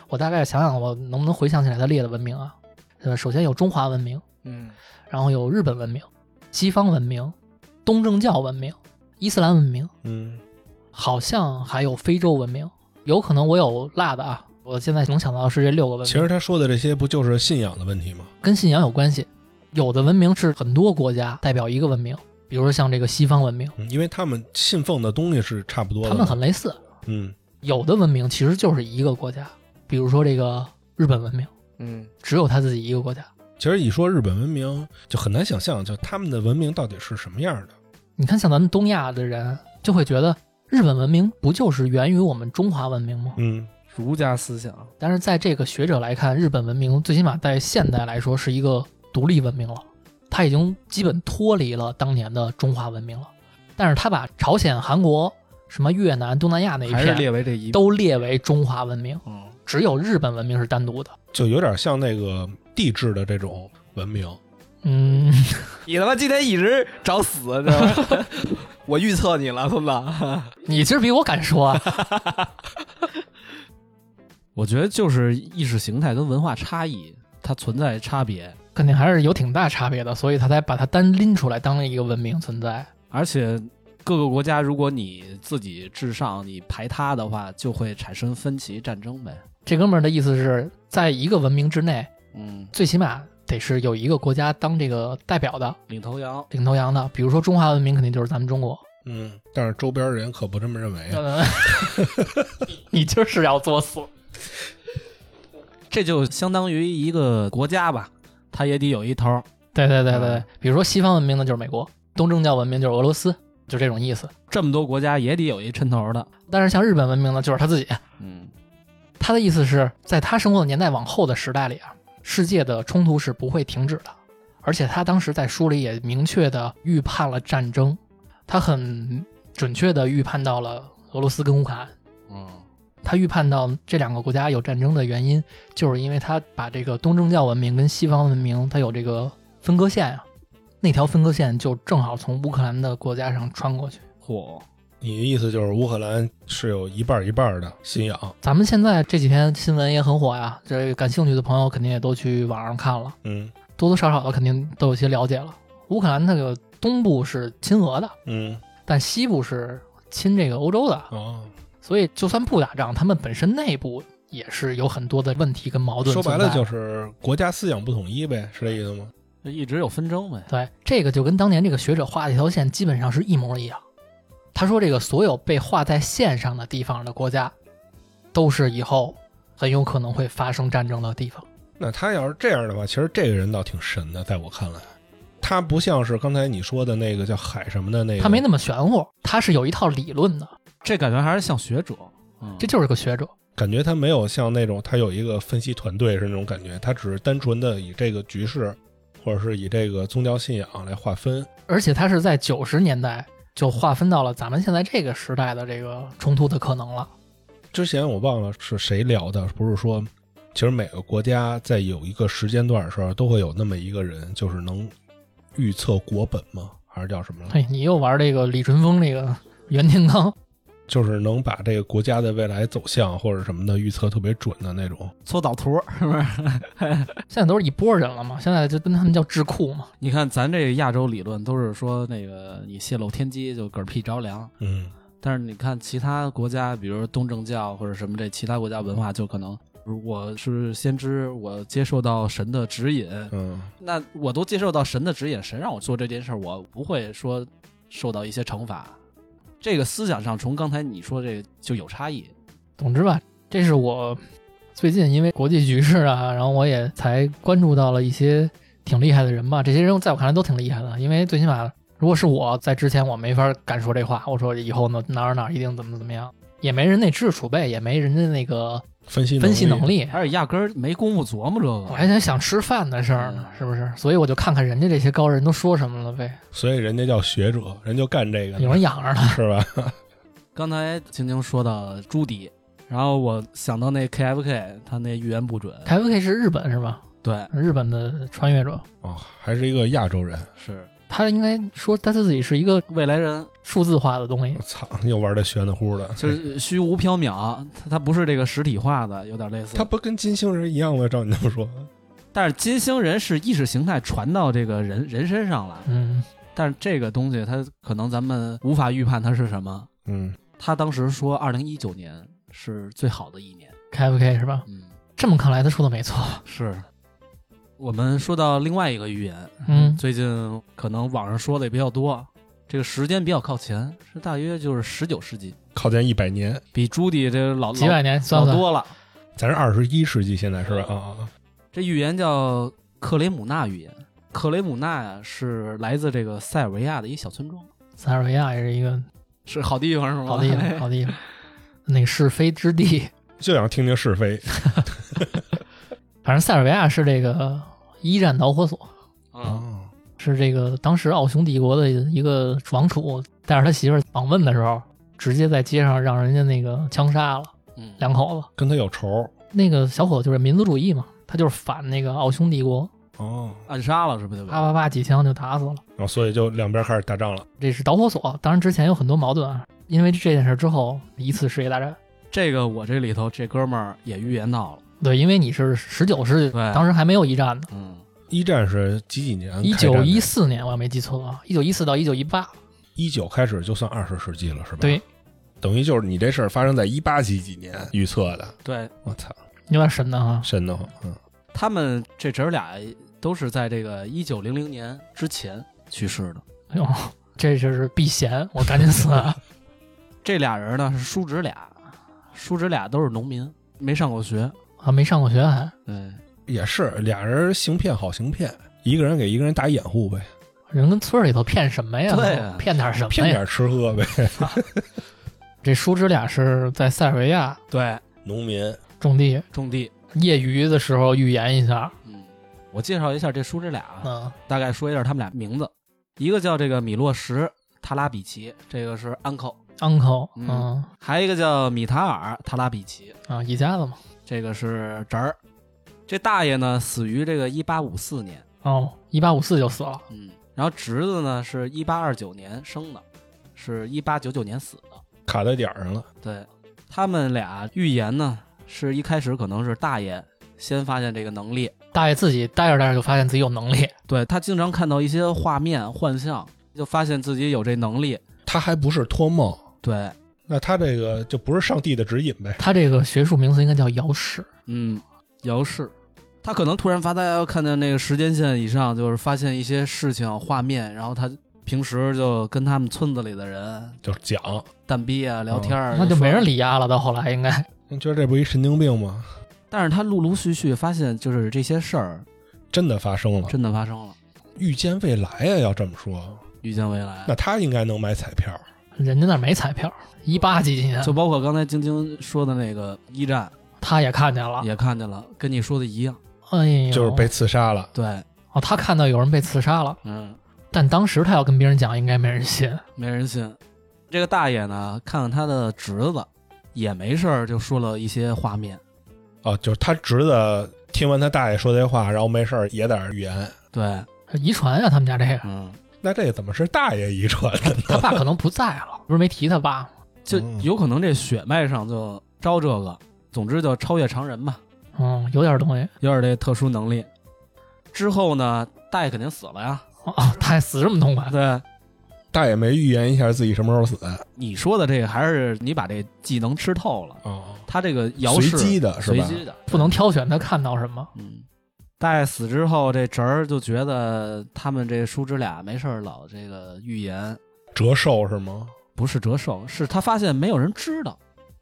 Speaker 1: 我大概想想，我能不能回想起来他列的文明啊？呃，首先有中华文明，
Speaker 2: 嗯，
Speaker 1: 然后有日本文明、西方文明、东正教文明、伊斯兰文明，
Speaker 3: 嗯，
Speaker 1: 好像还有非洲文明。有可能我有落的啊，我现在能想到的是这六个文
Speaker 3: 其
Speaker 1: 明，
Speaker 3: 实他说的这些不就是信仰的问题吗？
Speaker 1: 跟信仰有关系。有的文明是很多国家代表一个文明，比如说像这个西方文明，
Speaker 3: 嗯因为他们信奉的东西是差不多的。
Speaker 1: 他们很类似。
Speaker 3: 嗯，
Speaker 1: 有的文明其实就是一个国家，比如说这个日本文明，
Speaker 2: 嗯，
Speaker 1: 只有他自己一个国家。
Speaker 3: 其实一说日本文明，就很难想象，就他们的文明到底是什么样的。
Speaker 1: 你看，像咱们东亚的人就会觉得日本文明不就是源于我们中华文明吗？
Speaker 3: 嗯，
Speaker 2: 儒家思想，
Speaker 1: 但是在这个学者来看，日本文明最起码在现代来说是一个独立文明了，它已经基本脱离了当年的中华文明了。但是他把朝鲜、韩国、什么越南、东南亚那一
Speaker 2: 还是
Speaker 1: 片
Speaker 2: 列为这一，
Speaker 1: 都列为中华文明，
Speaker 2: 嗯，
Speaker 1: 只有日本文明是单独的。
Speaker 3: 就有点像那个地质的这种文明。
Speaker 1: 嗯，
Speaker 2: 你他妈今天一直找死，知道吗？ 我预测你了，孙子。
Speaker 1: 你其实比我敢说啊。
Speaker 2: 我觉得就是意识形态跟文化差异，它存在差别，
Speaker 1: 肯定还是有挺大差别的，所以他才把它单拎出来当一个文明存在。
Speaker 2: 而且各个国家，如果你自己至上，你排他的话，就会产生分歧战争呗。
Speaker 1: 这哥们儿的意思是在一个文明之内，
Speaker 2: 嗯，
Speaker 1: 最起码得是有一个国家当这个代表的
Speaker 2: 领头羊，
Speaker 1: 领头羊的。比如说中华文明肯定就是咱们中国，
Speaker 3: 嗯，但是周边人可不这么认为啊。
Speaker 1: 嗯 你就是要作死。
Speaker 2: 这就相当于一个国家吧，它也得有一头儿。
Speaker 1: 对对对对
Speaker 2: 嗯，
Speaker 1: 啊比如说西方文明呢就是美国，东正教文明就是俄罗斯，就这种意思。
Speaker 2: 这么多国家也得有一抻头的。
Speaker 1: 但是像日本文明呢，就是他自己。
Speaker 2: 嗯，
Speaker 1: 他的意思是在他生活的年代往后的时代里啊，世界的冲突是不会停止的。而且他当时在书里也明确的预判了战争，他很准确的预判到了俄罗斯跟乌克兰。
Speaker 2: 嗯，
Speaker 1: 他预判到这两个国家有战争的原因，就是因为他把这个东正教文明跟西方文明，它有这个分割线啊，那条分割线就正好从乌克兰的国家上穿过去。
Speaker 2: 嚯，
Speaker 3: 你的意思就是乌克兰是有一半儿一半儿的信仰？
Speaker 1: 咱们现在这几天新闻也很火呀，这感兴趣的朋友肯定也都去网上看了，
Speaker 3: 嗯
Speaker 1: 多多少少的肯定都有些了解了。乌克兰那个东部是亲俄的，
Speaker 3: 嗯
Speaker 1: 但西部是亲这个欧洲的，
Speaker 3: 哦，
Speaker 1: 所以就算不打仗，他们本身内部也是有很多的问题跟矛盾
Speaker 3: 说
Speaker 1: 存在。
Speaker 3: 白了就是国家思想不统一呗，是这意思吗？
Speaker 2: 这一直有纷争呗。
Speaker 1: 对，这个就跟当年这个学者画的一条线基本上是一模一样。他说，这个所有被画在线上的地方的国家，都是以后很有可能会发生战争的地方。
Speaker 3: 那他要是这样的话，其实这个人倒挺神的，在我看来，他不像是刚才你说的那个叫海什么的那个，
Speaker 1: 他没那么玄乎，他是有一套理论的，
Speaker 2: 这感觉还是像学者。嗯
Speaker 1: 这就是个学者。
Speaker 3: 感觉他没有像那种他有一个分析团队是那种感觉，他只是单纯的以这个局势或者是以这个宗教信仰来划分。
Speaker 1: 而且他是在九十年代就划分到了咱们现在这个时代的这个冲突的可能了。
Speaker 3: 之前我忘了是谁聊的，不是说，其实每个国家在有一个时间段的时候，都会有那么一个人，就是能预测国本吗？还是叫什么了？
Speaker 1: 嘿，你又玩这个李淳风这个袁天罡，
Speaker 3: 就是能把这个国家的未来走向或者什么的预测特别准的那种。
Speaker 2: 搓导图是不是？
Speaker 1: 现在都是一波人了嘛，现在就跟他们叫智库嘛。
Speaker 2: 你看咱这亚洲理论都是说那个你泄露天机就嗝屁着凉，
Speaker 3: 嗯，
Speaker 2: 但是你看其他国家，比如说东正教或者什么这其他国家文化，就可能我是先知，我接受到神的指引，
Speaker 3: 嗯，
Speaker 2: 那我都接受到神的指引，神让我做这件事儿，我不会说受到一些惩罚。这个思想上，从刚才你说这个就有差异。
Speaker 1: 总之吧，这是我最近因为国际局势啊， 然后我也才关注到了一些挺厉害的人吧。这些人在我看来都挺厉害的，因为最起码如果是我在之前，我没法敢说这话。我说以后呢哪儿哪儿一定怎么怎么样，也没人那知识储备，也没人家那个
Speaker 3: 分析
Speaker 1: 分析能，力。啊
Speaker 2: 而且压根儿没工夫琢磨这
Speaker 1: 我
Speaker 2: 个。
Speaker 1: 还想想吃饭的事儿呢，是不是？所以我就看看人家这些高人都说什么了呗。
Speaker 3: 所以人家叫学者，人就干这个
Speaker 1: 有
Speaker 3: 呢，
Speaker 1: 人养着呢，
Speaker 3: 是吧？
Speaker 2: 刚才晶晶说到朱迪，然后我想到那 KFK，他那预言不准。
Speaker 1: 凯文 K 是日本是吧？
Speaker 2: 对，
Speaker 1: 日本的穿越者，
Speaker 3: 哦，还是一个亚洲人。
Speaker 2: 是
Speaker 1: 他应该说他自己是一个
Speaker 2: 未来人，
Speaker 1: 数字化的东西
Speaker 3: 我。操，又玩的玄的 乎的。
Speaker 2: 就是虚无缥缈，它它不是这个实体化的，有点类似。
Speaker 3: 他不跟金星人一样吗？照你这么说，
Speaker 2: 但是金星人是意识形态传到这个人人身上了，
Speaker 1: 嗯，
Speaker 2: 但是这个东西它可能咱们无法预判它是什么。
Speaker 3: 嗯，
Speaker 2: 他当时说，二零一九年是最好的一年。
Speaker 1: K F K 是吧？
Speaker 2: 嗯，
Speaker 1: 这么看来，他说的没错。
Speaker 2: 是。我们说到另外一个预言，
Speaker 1: 嗯
Speaker 2: 最近可能网上说的也比较多，这个时间比较靠前，是大约就是十九世纪，
Speaker 3: 靠前一百年，
Speaker 2: 比朱迪这个老
Speaker 1: 几百年算
Speaker 2: 老
Speaker 1: 不
Speaker 2: 老
Speaker 1: 算？
Speaker 2: 多了。
Speaker 3: 咱是二十一世纪，现在是吧？啊
Speaker 1: 哦
Speaker 3: 啊，啊
Speaker 2: 这预言叫克雷姆纳预言。克雷姆纳呀，是来自这个塞尔维亚的一小村庄，
Speaker 1: 塞尔维亚也是一个
Speaker 2: 是好地方是吗？
Speaker 1: 好地 方，好地方，那个是非之地。
Speaker 3: 就想听听是非。
Speaker 1: 反正塞尔维亚是这个一战导火索，
Speaker 2: 嗯，
Speaker 3: 啊
Speaker 1: 是这个当时奥匈帝国的一个王储带着他媳妇儿访问的时候，直接在街上让人家那个枪杀了
Speaker 2: 嗯
Speaker 1: 两口子。
Speaker 3: 跟他有仇
Speaker 1: 那个小伙子就是民族主义嘛，他就是反那个奥匈帝国，
Speaker 3: 哦，
Speaker 2: 暗杀了是不是？
Speaker 1: 啪啪啪几枪就打死了。
Speaker 3: 然后所以就两边开始打仗了。
Speaker 1: 这是导火索，当然之前有很多矛盾啊，因为这件事之后一次世界大战。
Speaker 2: 这个我这里头这哥们儿也预言到了，
Speaker 1: 对，因为你是十九世纪，
Speaker 2: 对
Speaker 1: 当时还没有一战呢，
Speaker 2: 嗯，
Speaker 3: 一战是几几年开
Speaker 1: 一
Speaker 3: 战的？
Speaker 1: 啊
Speaker 3: 嗯
Speaker 1: 九一四年，我要没记错的话，一九一四到一九一八，
Speaker 3: 一九开始就算二十世纪了，是吧？
Speaker 1: 对，
Speaker 3: 等于就是你这事儿发生在一八几几年预测的，
Speaker 2: 对
Speaker 3: 我操，
Speaker 1: 有点神的啊哈。
Speaker 3: 瘆得慌。嗯，
Speaker 2: 他们这侄儿俩都是在这个一九零零年之前去世的。
Speaker 1: 哎呦，这就是避嫌，我赶紧死啊。
Speaker 2: 这俩人呢是叔侄俩，叔侄俩都是农民，没上过学。
Speaker 1: 啊，没上过学还，
Speaker 2: 对，
Speaker 3: 也是俩人行骗好行骗，一个人给一个人打掩护呗，
Speaker 1: 人跟村儿里头骗什么呀？
Speaker 2: 对啊
Speaker 1: 骗点什么呀？
Speaker 3: 骗点吃喝呗。
Speaker 1: 这叔侄俩是在塞尔维亚
Speaker 2: 对，
Speaker 3: 农民
Speaker 1: 种地，
Speaker 2: 种地。
Speaker 1: 业余的时候预言一下，
Speaker 2: 嗯，我介绍一下这叔侄俩啊，
Speaker 1: 嗯，
Speaker 2: 大概说一下他们俩名字，一个叫这个米洛什·塔拉比奇，这个是 uncle，
Speaker 1: uncle，
Speaker 2: 嗯
Speaker 1: 嗯
Speaker 2: 还有一个叫米塔尔·塔拉比奇，
Speaker 1: 啊，一家子嘛。
Speaker 2: 这个是侄儿。这大爷呢死于这个一八五四年，
Speaker 1: 哦，一八五四就死了，
Speaker 2: 嗯，然后侄子呢是一八二九年生的，是一八九九年死的。
Speaker 3: 卡在点儿上了，
Speaker 2: 对他们俩预言呢，是一开始可能是大爷先发现这个能力，
Speaker 1: 大爷自己待着待着就发现自己有能力，
Speaker 2: 对他经常看到一些画面幻象，就发现自己有这能力。
Speaker 3: 他还不是托梦，
Speaker 2: 对，
Speaker 3: 那他这个就不是上帝的指引呗。
Speaker 1: 他这个学术名词应该叫遥视，
Speaker 2: 嗯，姚氏，他可能突然发呆，看见那个时间线以上，就是发现一些事情画面，然后他平时就跟他们村子里的人
Speaker 3: 就是讲，
Speaker 2: 蛋逼啊聊天儿、
Speaker 1: 哦那就没人
Speaker 2: 理。
Speaker 1: 理丫了。到后来应该
Speaker 3: 你觉得这不一神经病吗？
Speaker 2: 但是他陆陆续续发现，就是这些事儿
Speaker 3: 真的发生了，
Speaker 2: 真的发生了，
Speaker 3: 预见未来呀、要这么说，
Speaker 2: 预见未来。
Speaker 3: 那他应该能买彩票。
Speaker 1: 人家那儿没彩票，一八几几年
Speaker 2: 就包括刚才晶晶说的那个一战，
Speaker 1: 他也看见
Speaker 3: 啊
Speaker 1: 了，
Speaker 2: 也看见了，跟你说的一样。
Speaker 1: 哎呦，
Speaker 3: 就是被刺杀了，
Speaker 2: 对，
Speaker 1: 哦，他看到有人被刺杀了，
Speaker 2: 嗯，
Speaker 1: 但当时他要跟别人讲，应该没人信。
Speaker 2: 没人信。这个大爷呢，看看他的侄子，也没事儿，就说了一些画面。
Speaker 3: 哦，就是他侄子听完他大爷说这话，然后没事儿也在那儿预言。
Speaker 2: 对，
Speaker 1: 遗传啊呀、他们家这个，
Speaker 2: 嗯，
Speaker 3: 那这怎么是大爷遗传的 呢？
Speaker 1: 他爸可能不在了，不是没提他爸吗？
Speaker 2: 就
Speaker 3: 嗯
Speaker 2: 有可能这血脉上就招这个，总之就超越常人吧，
Speaker 1: 嗯，有点东西。
Speaker 2: 有点这特殊能力。之后呢，大爷肯定死了呀。
Speaker 1: 哦，他还死这么
Speaker 3: 哎
Speaker 1: 痛快，
Speaker 2: 对，
Speaker 3: 大爷没预言一下自己什么时候死
Speaker 2: 你说的这个还是你把这技能吃透了，
Speaker 3: 哦，
Speaker 2: 他这个摇式
Speaker 3: 随机的是
Speaker 2: 随
Speaker 3: 吧
Speaker 2: 机的，
Speaker 1: 不能挑选他看到什么。
Speaker 2: 嗯，大爷死之后，这侄儿就觉得他们这叔侄俩没事儿老这个预言，
Speaker 3: 折寿是吗？
Speaker 2: 不是折寿，是他发现没有人知道，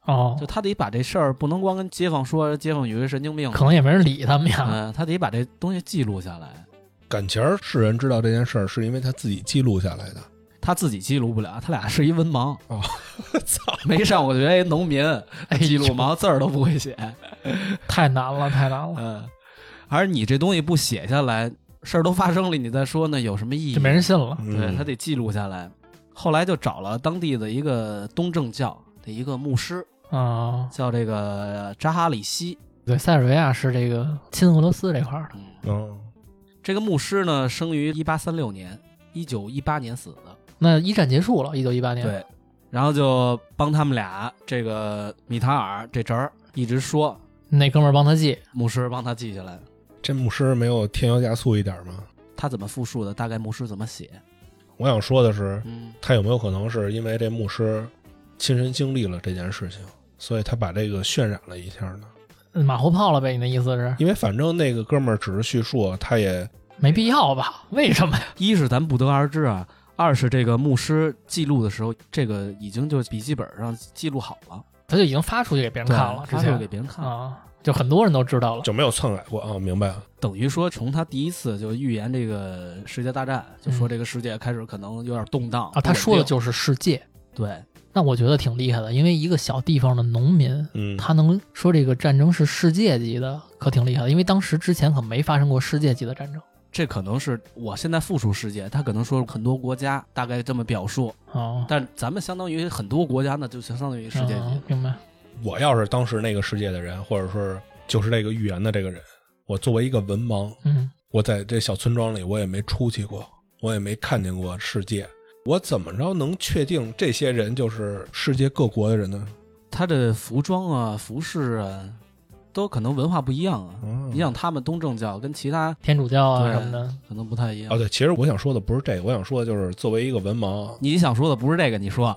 Speaker 1: 哦
Speaker 2: 就，他得把这事儿不能光跟街坊说，街坊以为神经病，
Speaker 1: 可能也没人理他们呀。
Speaker 2: 嗯、他得把这东西记录下来，
Speaker 3: 感情儿是人知道这件事儿，是因为他自己记录下来的。
Speaker 2: 他自己记录不了，他俩是一 文盲，
Speaker 3: 操，
Speaker 2: 没上过学，一农民，
Speaker 1: 哎呦
Speaker 2: 记录盲字儿都不 会写，
Speaker 1: 太难了，太难了，
Speaker 2: 嗯，而你这东西不写下来，事儿都发生了，你再说呢，有什么意义？
Speaker 1: 就没人信了。
Speaker 3: 嗯
Speaker 2: 对他得记录下来。后来就找了当地的一个东正教的一个牧师，
Speaker 1: 啊，
Speaker 2: 叫这个扎哈里希。
Speaker 1: 对，塞尔维亚是这个亲俄罗斯这块儿的。
Speaker 2: 嗯，
Speaker 3: 嗯，
Speaker 2: 这个牧师呢，生于一八三六年，一九一八年死的。
Speaker 1: 那一战结束了，一九一八年。，
Speaker 2: 对，然后就帮他们俩，这个米塔尔这侄儿一直说，
Speaker 1: 那哥们儿帮他记，
Speaker 2: 牧师帮他记下来，
Speaker 3: 这牧师没有添油加醋一点吗？
Speaker 2: 他怎么复述的，大概牧师怎么写。
Speaker 3: 我想说的是，
Speaker 2: 嗯，
Speaker 3: 他有没有可能是因为这牧师亲身经历了这件事情，所以他把这个渲染了一下呢？
Speaker 1: 马后炮了呗？你的意思是
Speaker 3: 因为反正那个哥们儿只是叙述，他也
Speaker 1: 没必要吧？为什么呀？
Speaker 2: 一是咱不得而知啊，二是这个牧师记录的时候，这个已经就笔记本上记录好了，
Speaker 1: 他就已经发出去给别人看了，之
Speaker 2: 他就
Speaker 1: 前
Speaker 2: 给别人看了。
Speaker 1: 啊，就很多人都知道了。
Speaker 3: 就没有篡改过啊、明白了，
Speaker 2: 等于说，从他第一次就预言这个世界大战，就说这个世界开始可能有点动荡
Speaker 1: 嗯啊，他说的
Speaker 2: 不
Speaker 1: 就是世界。
Speaker 2: 稳定对，
Speaker 1: 那我觉得挺厉害的，因为一个小地方的农民，
Speaker 3: 嗯，
Speaker 1: 他能说这个战争是世界级的，可挺厉害的。因为当时之前可没发生过世界级的战争
Speaker 2: 这可能是我现在复述世界，他可能说很多国家大概这么表述，
Speaker 1: 哦，
Speaker 2: 但咱们相当于很多国家呢，就相当于世界级。
Speaker 1: 嗯明白？
Speaker 3: 我要是当时那个世界的人，或者说就是这个预言的这个人，我作为一个文盲，
Speaker 1: 嗯，
Speaker 3: 我在这小村庄里，我也没出去过，我也没看见过世界，我怎么着能确定这些人就是世界各国的人呢？
Speaker 2: 他的服装啊、服饰啊，都可能文化不一样啊。
Speaker 3: 嗯
Speaker 2: 你想他们东正教跟其他
Speaker 1: 天主教啊
Speaker 2: 对
Speaker 1: 什么的，
Speaker 2: 可能不太一样
Speaker 3: 哦，。对，其实我想说的不是这个，我想说的就是作为一个文盲，
Speaker 2: 你想说的不是这个，你说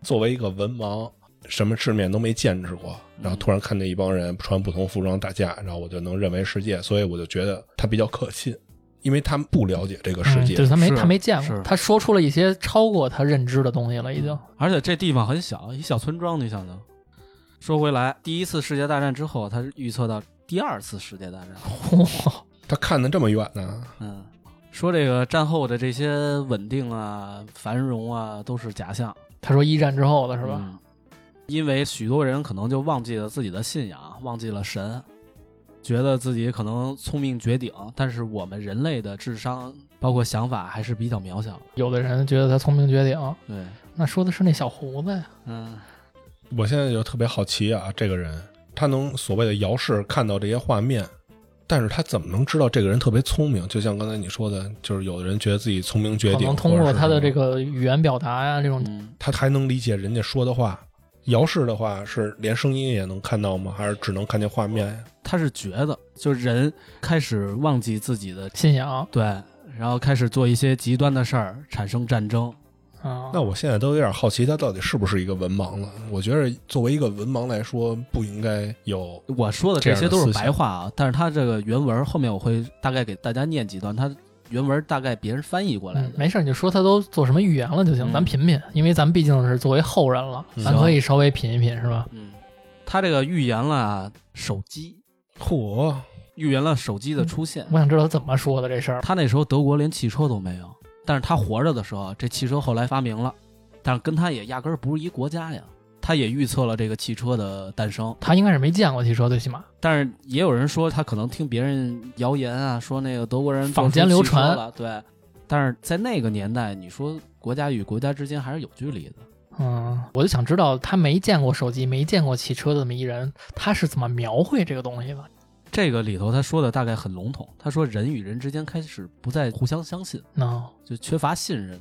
Speaker 3: 作为一个文盲，什么世面都没见识过，然后突然看见一帮人穿不同服装打架，然后我就能认为世界，所以我就觉得他比较可信，因为他们不了解这个世
Speaker 1: 嗯
Speaker 3: 界。
Speaker 1: 对他没
Speaker 2: 是
Speaker 1: 他没见过
Speaker 2: 是，
Speaker 1: 他说出了一些超过他认知的东西了， 已经。
Speaker 2: 而且这地方很小，一小村庄，你想想。说回来，第一次世界大战之后，他预测到第二次世界大 战。
Speaker 1: 哇，
Speaker 3: 他看得这么远呢，
Speaker 2: 嗯，说这个战后的这些稳定啊、繁荣啊，都是假象，
Speaker 1: 他说一战之后的是吧？
Speaker 2: 嗯因为许多人可能就忘记了自己的信仰，忘记了神，觉得自己可能聪明绝顶，但是我们人类的智商包括想法还是比较渺小的。
Speaker 1: 有的人觉得他聪明绝顶，
Speaker 2: 对，
Speaker 1: 那说的是那小胡子呀。
Speaker 2: 嗯，
Speaker 3: 我现在就特别好奇啊，这个人他能所谓的遥视看到这些画面，但是他怎么能知道这个人特别聪明？就像刚才你说的，就是有的人觉得自己聪明绝
Speaker 1: 可
Speaker 3: 顶，
Speaker 1: 能通过他的这
Speaker 3: 个。
Speaker 1: 个语言表达啊呀、这种
Speaker 2: 嗯
Speaker 3: 他还能理解人家说的话。姚氏的话是连声音也能看到吗？还是只能看见画面呀？
Speaker 1: 哦
Speaker 2: 他是觉得，就是人开始忘记自己的
Speaker 1: 信仰啊
Speaker 2: 对，然后开始做一些极端的事儿，产生战争。
Speaker 1: 啊。
Speaker 3: 那我现在都有点好奇，他到底是不是一个文盲了？我觉得作为一个文盲来说，不应该有
Speaker 2: 我说的这
Speaker 3: 这样的
Speaker 2: 些都
Speaker 3: 思
Speaker 2: 是
Speaker 3: 想
Speaker 2: 白话啊，但是他这个原文后面我会大概给大家念几段，他原文大概别人翻译过来
Speaker 1: 嗯
Speaker 2: 的。，
Speaker 1: 没事儿，你就说他都做什么预言了就行，
Speaker 2: 嗯
Speaker 1: 咱品品，因为咱毕竟是作为后人了，
Speaker 3: 嗯
Speaker 1: 咱可以稍微品一品，是吧？
Speaker 2: 嗯，他这个预言了手机，
Speaker 3: 嚯，
Speaker 2: 预言了手机的出现。
Speaker 1: 我想知道他怎么说的这事儿。
Speaker 2: 他那时候德国连汽车都没有，但是他活着的时候，这汽车后来发明了，但是跟他也压根儿不是一国家呀。他也预测了这个汽车的诞生，
Speaker 1: 他应该是没见过汽车，最起码
Speaker 2: 但是也有人说他可能听别人谣言啊，说那个德国人做出
Speaker 1: 坊间流传
Speaker 2: 汽车了，对。但是在那个年代，你说国家与国家之间还是有距离的。
Speaker 1: 嗯，我就想知道他没见过手机、没见过汽车的这么一人，他是怎么描绘这个东西的？
Speaker 2: 这个里头他说的大概很笼统，他说人与人之间开始不再互相相信，
Speaker 1: no,
Speaker 2: 就缺乏信任，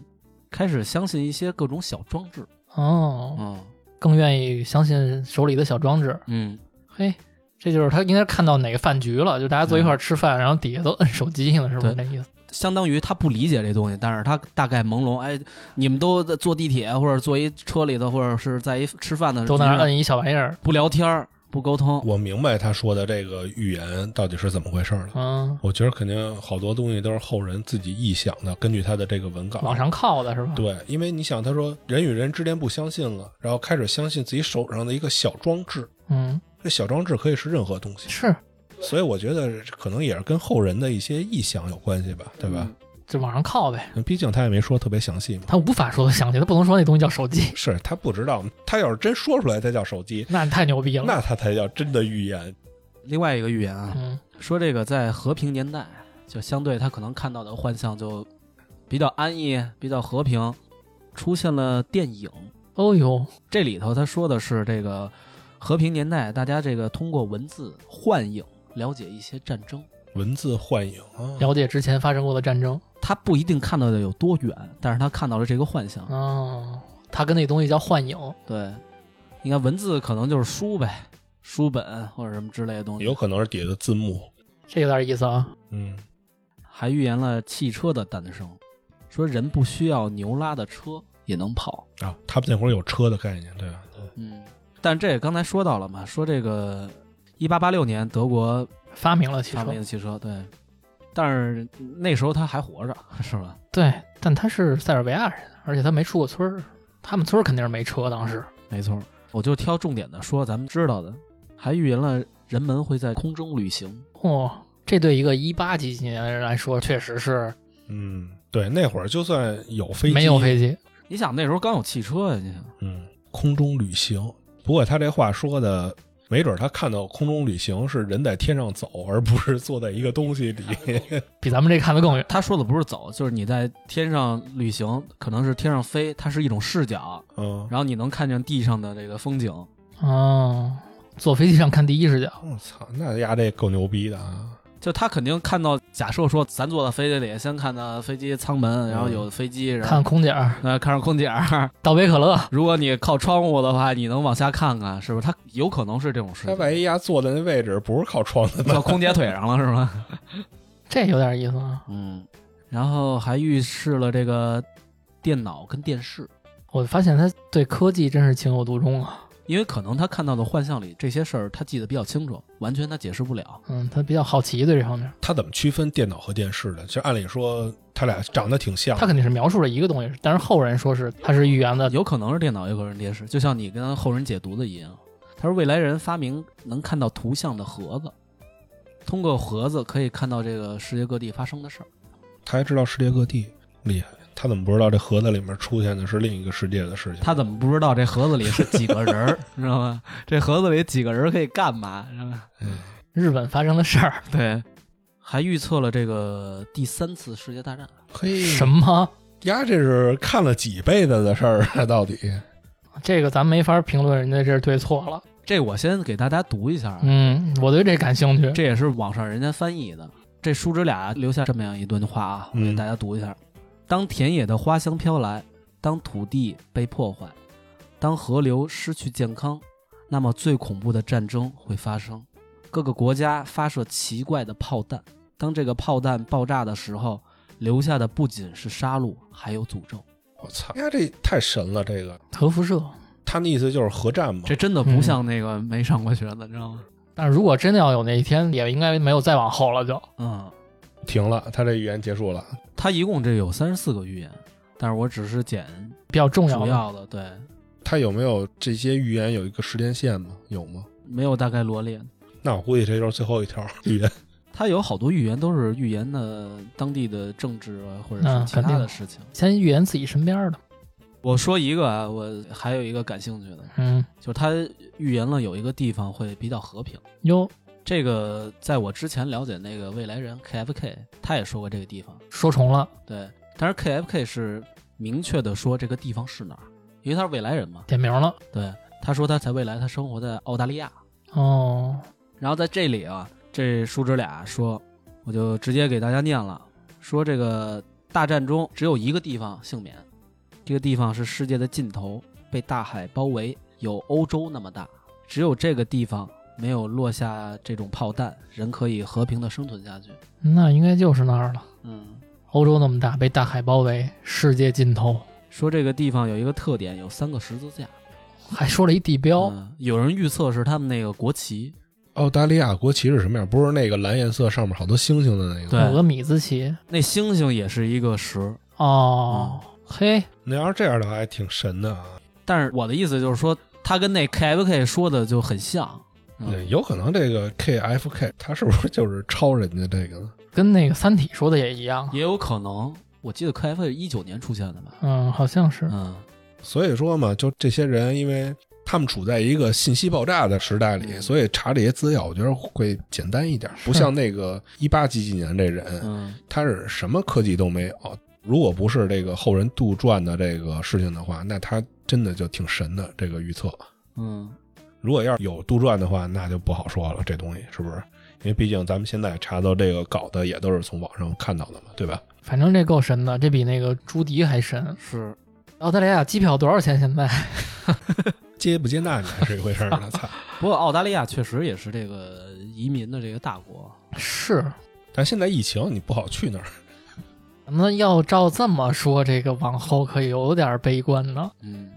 Speaker 2: 开始相信一些各种小装置。
Speaker 1: 哦，
Speaker 2: 嗯
Speaker 1: 更愿意相信手里的小装置。
Speaker 2: 嗯，
Speaker 1: 嘿，这就是他应该看到哪个饭局了，就大家坐一块儿吃饭，然后底下都摁手机呢，是不是那
Speaker 2: 对
Speaker 1: 意思？
Speaker 2: 相当于他不理解这东西，但是他大概朦胧，哎，你们都在坐地铁或者坐一车里头，或者是在一吃饭
Speaker 3: 嗯
Speaker 2: 的时
Speaker 1: 都
Speaker 2: 候，
Speaker 1: 在那儿摁一小玩意儿。
Speaker 2: 不聊天儿不沟通，
Speaker 3: 我明白他说的这个预言到底是怎么回事了。
Speaker 1: 嗯，
Speaker 3: 我觉得肯定好多东西都是后人自己臆想的，根据他的这个文稿
Speaker 1: 往上靠的是吧？
Speaker 3: 啊对，因为你想，他说人与人之间不相信了，然后开始相信自己手上的一个小装置，
Speaker 1: 嗯，
Speaker 3: 这小装置可以是任何东西，
Speaker 1: 是，
Speaker 3: 所以我觉得可能也是跟后人的一些臆想有关系吧，对吧？
Speaker 1: 就往上靠呗。
Speaker 3: 毕竟他也没说特别详细嘛。
Speaker 1: 他无法说详细，他不能说那东西叫手机，
Speaker 3: 是他不知道，他要是真说出来，他叫手机，
Speaker 1: 那太牛逼了。
Speaker 3: 那他才叫真的预言。
Speaker 2: 另外一个预言啊，
Speaker 1: 嗯，
Speaker 2: 说这个在和平年代，就相对他可能看到的幻象就比较安逸，比较和平，出现了电影。
Speaker 1: 哦呦，
Speaker 2: 这里头他说的是这个和平年代，大家这个通过文字幻影了解一些战争，
Speaker 3: 文字幻影啊，
Speaker 1: 了解之前发生过的战争
Speaker 2: 他不一定看到的有多远，但是他看到了这个幻象。
Speaker 1: 哦，他跟那东西叫幻影，
Speaker 2: 对，应该文字可能就是书呗，书本或者什么之类的东
Speaker 3: 有
Speaker 2: 西。
Speaker 3: 可能是底下的字幕。
Speaker 1: 这有点意思啊。
Speaker 3: 嗯，
Speaker 2: 还预言了汽车的诞生，说人不需要牛拉的车也能跑。
Speaker 3: 啊，他们那会儿有车的概念，对吧？
Speaker 2: 嗯，但这也刚才说到了嘛，说这个一八八六年德国
Speaker 1: 发明了汽
Speaker 2: 发
Speaker 1: 车
Speaker 2: 明，的汽车，对，但是那时候他还活着，是吧？
Speaker 1: 对，但他是塞尔维亚人，而且他没出过村儿，他们村儿肯定是没车，当时
Speaker 2: 没错，我就挑重点的说，咱们知道的，还预言了人们会在空中旅行。
Speaker 1: 哦，这对一个一八几几年的人来说，确实是
Speaker 3: 嗯，对，那会儿就算有飞机，
Speaker 1: 没有飞机，
Speaker 2: 你想那时候刚有汽车呀、你想，
Speaker 3: 嗯，空中旅行。不过他这话说的，没准他看到空中旅行是人在天上走，而不是坐在一个东西里。
Speaker 1: 比咱们这看得更远。
Speaker 2: 他说的不是走，就是你在天上旅行，可能是天上飞，它是一种视角，
Speaker 3: 嗯，
Speaker 2: 然后你能看见地上的这个风景。
Speaker 1: 哦，坐飞机上看第一视角，
Speaker 3: 我、操，那丫这够牛逼的啊！
Speaker 2: 就他肯定看到，假设说咱坐到飞机里，先看到飞机舱门，然后有飞机，
Speaker 3: 啊
Speaker 2: 然后
Speaker 1: 嗯看空姐儿
Speaker 2: 呃看上空姐儿。
Speaker 1: 倒杯可乐，
Speaker 2: 如果你靠窗户的话，你能往下看看，是不是？他有可能是这种事
Speaker 3: 他
Speaker 2: 情。
Speaker 3: 万一丫坐的那位置不是靠窗的呢？
Speaker 2: 到空姐腿上了是吗？
Speaker 1: 这有点意思啊！
Speaker 2: 嗯，然后还预示了这个电脑跟电视，
Speaker 1: 我发现他对科技真是情有独钟啊。
Speaker 2: 因为可能他看到的幻象里这些事儿，他记得比较清楚，完全他解释不了。
Speaker 1: 嗯，他比较好奇对这方面，
Speaker 3: 他怎么区分电脑和电视的？其实按理说，他俩长得挺像
Speaker 1: 他。肯定是描述了一个东西，但是后人说是他是预言的。
Speaker 2: 有可能是电脑，有可能是电视，就像你跟后人解读的一样。他说未来人发明能看到图像的盒子，通过盒子可以看到这个世界各地发生的事儿。
Speaker 3: 他还知道世界各地，厉害。他怎么不知道这盒子里面出现的是另一个世界的事情？
Speaker 2: 他怎么不知道这盒子里是几个人 儿，知道吗？这盒子里几个人儿可以干嘛，知道吗？
Speaker 1: 日本发生的事儿，
Speaker 2: 对，还预测了这个第三次世界大战。
Speaker 3: 嘿，
Speaker 1: 什么
Speaker 3: 呀？这是看了几辈子的事儿啊？到底
Speaker 1: 这个咱没法评论人家这是对错了。
Speaker 2: 这我先给大家读一下啊，
Speaker 1: 嗯，我对这感兴趣。
Speaker 2: 这也是网上人家翻译的。这叔侄俩留下这么样一段话啊，我
Speaker 3: 嗯
Speaker 2: 给大家读一下：当田野的花香飘来，当土地被破坏，当河流失去健康，那么最恐怖的战争会发生。各个国家发射奇怪的炮弹，当这个炮弹爆炸的时候，留下的不仅是杀戮，还有诅咒。
Speaker 3: 我操！呀，这太神了！这个
Speaker 1: 核辐射，
Speaker 3: 他那意思就是核战嘛。
Speaker 2: 这真的
Speaker 1: 嗯
Speaker 2: 不像那个没上过学的，你知道吗？
Speaker 1: 但是如果真的要有那一天，也应该没有再往后了就。
Speaker 2: 嗯，
Speaker 3: 停了，他这语言结束了。
Speaker 2: 他一共这有三十四个预言，但是我只是捡
Speaker 1: 比较重要
Speaker 2: 主
Speaker 1: 的
Speaker 2: 要的，对，
Speaker 3: 他有没有这些预言有一个时间线吗？有吗？
Speaker 2: 没有大概罗列。
Speaker 3: 那我估计这就是最后一条预言。
Speaker 2: 他有好多预言都是预言的当地的政治啊，或者
Speaker 1: 嗯
Speaker 2: 是其
Speaker 1: 肯
Speaker 2: 他
Speaker 1: 定
Speaker 2: 的事情。
Speaker 1: 先预言自己身边的。
Speaker 2: 我说一个啊，我还有一个感兴趣的，
Speaker 1: 嗯，
Speaker 2: 就是他预言了有一个地方会比较和平。
Speaker 1: 哟，
Speaker 2: 这个在我之前了解那个未来人 KFK，他也说过这个地方。
Speaker 1: 说重了，
Speaker 2: 对，但是 KFK 是明确的说这个地方是哪儿，因为他是未来人嘛。
Speaker 1: 点名了。
Speaker 2: 对，他说他在未来他生活在澳大利亚，
Speaker 1: 哦，
Speaker 2: 然后在这里啊，这叔侄俩说，我就直接给大家念了，说这个大战中只有一个地方幸免，这个地方是世界的尽头，被大海包围，有欧洲那么大，只有这个地方没有落下这种炮弹，人可以和平的生存下去。
Speaker 1: 那应该就是那儿了。
Speaker 2: 嗯，
Speaker 1: 欧洲那么大，被大海包围，世界尽头，
Speaker 2: 说这个地方有一个特点，有三个十字架。
Speaker 1: 还说了一地标。
Speaker 2: 嗯，有人预测是他们那个国旗，
Speaker 3: 澳大利亚国旗是什么样？不是那个蓝颜色上面好多星星的那个？
Speaker 2: 对
Speaker 1: 有个米字旗。
Speaker 2: 那星星也是一个十。
Speaker 1: 哦，
Speaker 2: 嗯
Speaker 1: 嘿，
Speaker 3: 那要是这样的话，还挺神的啊。
Speaker 2: 但是我的意思就是说，他跟那 KFK 说的就很像。嗯
Speaker 3: 对，有可能这个 KFK 他是不是就是抄人家这个呢？
Speaker 1: 跟那个《三体》说的也一样。
Speaker 2: 也有可能。我记得 KFK 一九年出现的吧？
Speaker 1: 嗯，好像是。
Speaker 2: 嗯，
Speaker 3: 所以说嘛，就这些人，因为他们处在一个信息爆炸的时代里，
Speaker 2: 嗯
Speaker 3: 所以查这些资料，我觉得会简单一点，不像那个一八几几年这人，
Speaker 2: 嗯，
Speaker 3: 他是什么科技都没有。如果不是这个后人杜撰的这个事情的话，那他真的就挺神的这个预测。
Speaker 2: 嗯，
Speaker 3: 如果要是有杜撰的话，那就不好说了，这东西是不是？因为毕竟咱们现在查到这个稿的也都是从网上看到的嘛，对吧？
Speaker 1: 反正这够神的，这比那个朱迪还神。
Speaker 2: 是
Speaker 1: 澳大利亚机票多少钱？现在
Speaker 3: 接不接纳你还是一回事儿呢， 操！
Speaker 2: 不过澳大利亚确实也是这个移民的这个大国。
Speaker 1: 是。
Speaker 3: 但现在疫情，你不好去那儿。
Speaker 1: 那要照这么说，这个往后可有点悲观呢。
Speaker 2: 嗯，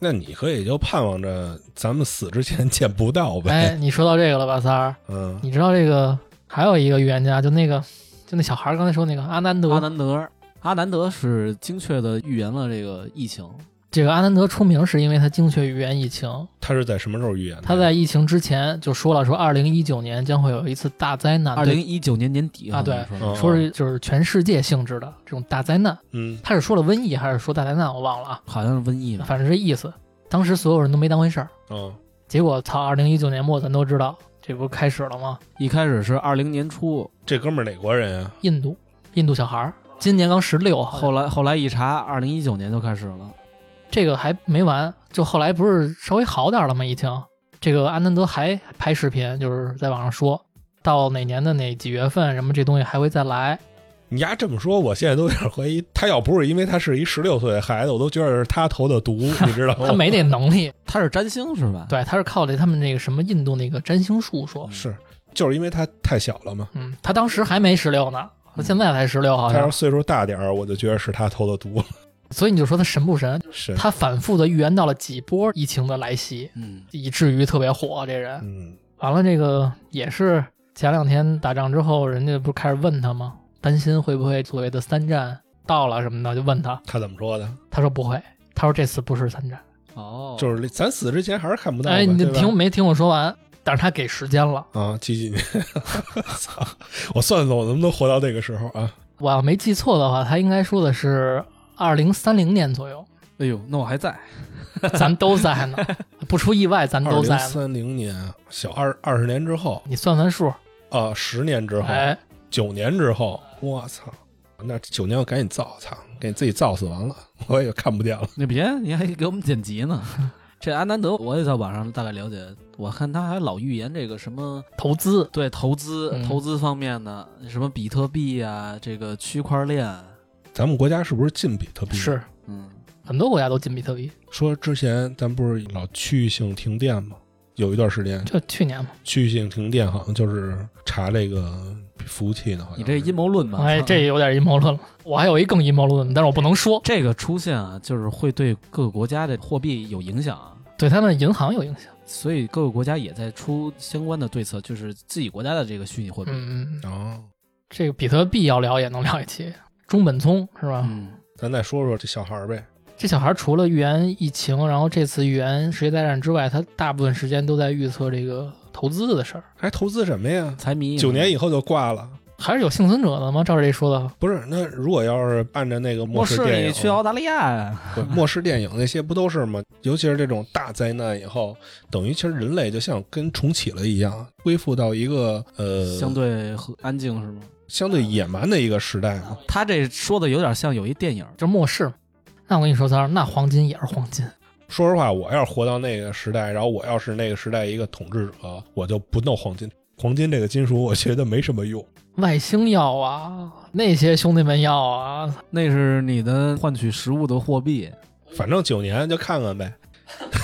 Speaker 3: 那你可以就盼望着咱们死之前见不到呗。
Speaker 1: 哎，你说到这个了吧，三儿？
Speaker 3: 嗯，
Speaker 1: 你知道这个还有一个预言家，就那个就那小孩儿刚才说那个阿南德，
Speaker 2: 阿南德，阿南德是精确的预言了这个疫情。
Speaker 1: 这个阿南德出名是因为他精确预言疫情。
Speaker 3: 他是在什么时候预言的？
Speaker 1: 他在疫情之前就说了，说二零一九年将会有一次大灾难，
Speaker 2: 二零一九年年底
Speaker 1: 啊啊对
Speaker 2: 好像是
Speaker 3: 嗯
Speaker 1: 说是就是全世界性质的这种大灾难。
Speaker 3: 嗯，
Speaker 1: 他是说了瘟疫还是说大灾难，我忘了啊，
Speaker 2: 好像是瘟疫吧？
Speaker 1: 反正这意思。当时所有人都没当回事儿，
Speaker 3: 嗯，
Speaker 1: 结果操，二零一九年末咱都知道，这不是开始了吗？
Speaker 2: 一开始是二零年初，
Speaker 3: 这哥们儿哪国人啊？
Speaker 1: 印度，印度小孩儿今年刚十六，
Speaker 2: 后来后来一查，二零一九年就开始了。
Speaker 1: 这个还没完，就后来不是稍微好点儿了吗？疫情，这个安南德还拍视频，就是在网上说到哪年的哪几月份，什么这东西还会再来。
Speaker 3: 你丫这么说，我现在都有点怀疑，他要不是因为他是一十六岁的孩子，我都觉得是他 投的毒，你知道吗？
Speaker 1: 他没那能力，
Speaker 2: 他是占星是吧？嗯
Speaker 1: 对，他是靠这他们那个什么印度那个占星术说，
Speaker 3: 是，就是因为他太小了嘛。
Speaker 1: 嗯，他当时还没十六呢，他现在才十六好
Speaker 3: 他要
Speaker 1: 像
Speaker 3: 是，岁数大点儿，我就觉得是他投的 毒。
Speaker 1: 所以你就说他神不神？
Speaker 3: 是，
Speaker 1: 他反复的预言到了几波疫情的来袭，
Speaker 2: 嗯，
Speaker 1: 以至于特别火。这人
Speaker 3: 嗯，
Speaker 1: 完了，这个也是前两天打仗之后，人家不是开始问他吗？担心会不会所谓的三战到了什么的，就问他，
Speaker 3: 他怎么说的？
Speaker 1: 他说不会，他说这次不是三战。
Speaker 2: 哦，是
Speaker 3: 就是咱死之前还是看不到吧。
Speaker 1: 哎，你
Speaker 3: 对吧
Speaker 1: 听没听我说完？但是他给时间了，
Speaker 3: 啊，几几年？ 操！我算算我能不能活到那个时候啊？
Speaker 1: 我要没记错的话，他应该说的是二零三零年左右，
Speaker 4: 哎呦，那我还在，
Speaker 1: 咱都在 呢，不出意外咱
Speaker 3: 二
Speaker 1: 都在
Speaker 3: 零
Speaker 1: 呢。
Speaker 3: 三零年，小二二十年之后
Speaker 1: 你算算数，
Speaker 3: 啊，十年之后，
Speaker 1: 哎，
Speaker 3: 九年之后，我操！那九年我赶紧造，操，给自己造死完了，我也看不见了。
Speaker 2: 你别，你还给我们剪辑呢。 这阿南德，我也在网上大概了解，我看他还老预言这个什么
Speaker 1: 投资
Speaker 2: 对投资、
Speaker 1: 嗯
Speaker 2: 投资方面的，什么比特币啊，这个区块链，
Speaker 3: 咱们国家是不是禁比特币？
Speaker 1: 是
Speaker 2: 嗯，
Speaker 1: 很多国家都禁比特币，
Speaker 3: 说之前咱不是老区域性停电吗？有一段时间
Speaker 1: 就
Speaker 2: 嗯
Speaker 1: 去年嘛。
Speaker 3: 区域性停电，好像就是查这个服务器呢。好像
Speaker 2: 你这阴谋论吧？
Speaker 1: 哎，这有点阴谋论了。我还有一更阴谋论的，但是我不能说，
Speaker 2: 这个出现啊，就是会对各个国家的货币有影响啊，
Speaker 1: 对他们银行有影响。
Speaker 2: 所以各个国家也在出相关的对策，就是自己国家的这个虚拟货币。
Speaker 1: 嗯，嗯嗯
Speaker 3: 哦，
Speaker 1: 这个比特币要聊也能聊一期，中本聪是吧？
Speaker 2: 嗯，
Speaker 3: 咱再说说这小孩儿呗。
Speaker 1: 这小孩除了预言疫情，然后这次预言世界大战之外，他大部分时间都在预测这个投资的事儿，
Speaker 3: 还投资什么呀？
Speaker 2: 财迷
Speaker 3: 九年以后就挂了。
Speaker 1: 还是有幸存者的吗？照这说的，
Speaker 3: 不是，那如果要是按照那个末
Speaker 2: 末
Speaker 3: 世
Speaker 2: 世
Speaker 3: 电
Speaker 2: 你
Speaker 3: 影，哦
Speaker 2: 去澳大利亚啊呀？
Speaker 3: 不末世电影那些不都是吗？尤其是这种大灾难以后，等于其实人类就像跟重启了一样，恢复到一个呃
Speaker 2: 相对和安静是吗？
Speaker 3: 相对野蛮的一个时代嘛。
Speaker 2: 他这说的有点像有一电影，
Speaker 1: 这末世。那我跟你说，三儿，那黄金也是黄金，
Speaker 3: 说实话，我要是活到那个时代，然后我要是那个时代一个统治者，我就不弄黄金。黄金这个金属，我觉得没什么用。
Speaker 1: 外星药啊，那些兄弟们药啊，
Speaker 2: 那是你的换取食物的货币。
Speaker 3: 反正九年就看看呗，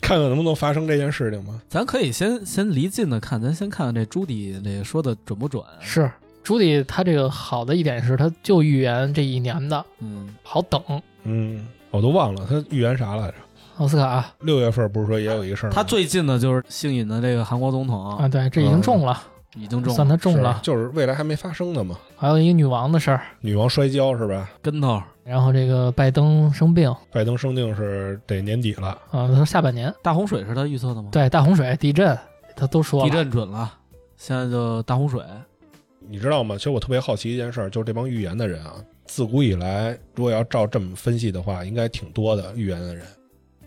Speaker 3: 看看能不能发生这件事情嘛。
Speaker 2: 咱可以先先离近的看，咱先看看这朱迪这说的准不准？
Speaker 1: 是啊朱迪他这个好的一点是，他就预言这一年的
Speaker 2: 嗯，
Speaker 1: 好等
Speaker 3: 嗯，我都忘了他预言啥来着。
Speaker 1: 奥斯卡啊
Speaker 3: 六月份不是说也有一个事儿吗？
Speaker 2: 他最近的就是姓尹的这个韩国总统、
Speaker 1: 啊，对，这已经中了，
Speaker 2: 已经中
Speaker 1: 算
Speaker 2: 了
Speaker 1: 他中
Speaker 3: 是
Speaker 1: 了。
Speaker 3: 就是未来还没发生呢嘛。
Speaker 1: 还有一个女王的事儿，
Speaker 3: 女王摔跤是吧？
Speaker 2: 跟头，
Speaker 1: 然后这个拜登生病啊，
Speaker 3: 拜登生病是得年底了，
Speaker 1: 他说下半年
Speaker 2: 大洪水是他预测的吗？
Speaker 1: 对大洪水、地震，他都说了。
Speaker 2: 地震准了，现在就大洪水。
Speaker 3: 你知道吗？其实我特别好奇一件事儿，就是这帮预言的人啊，自古以来，如果要照这么分析的话，应该挺多的预言的人。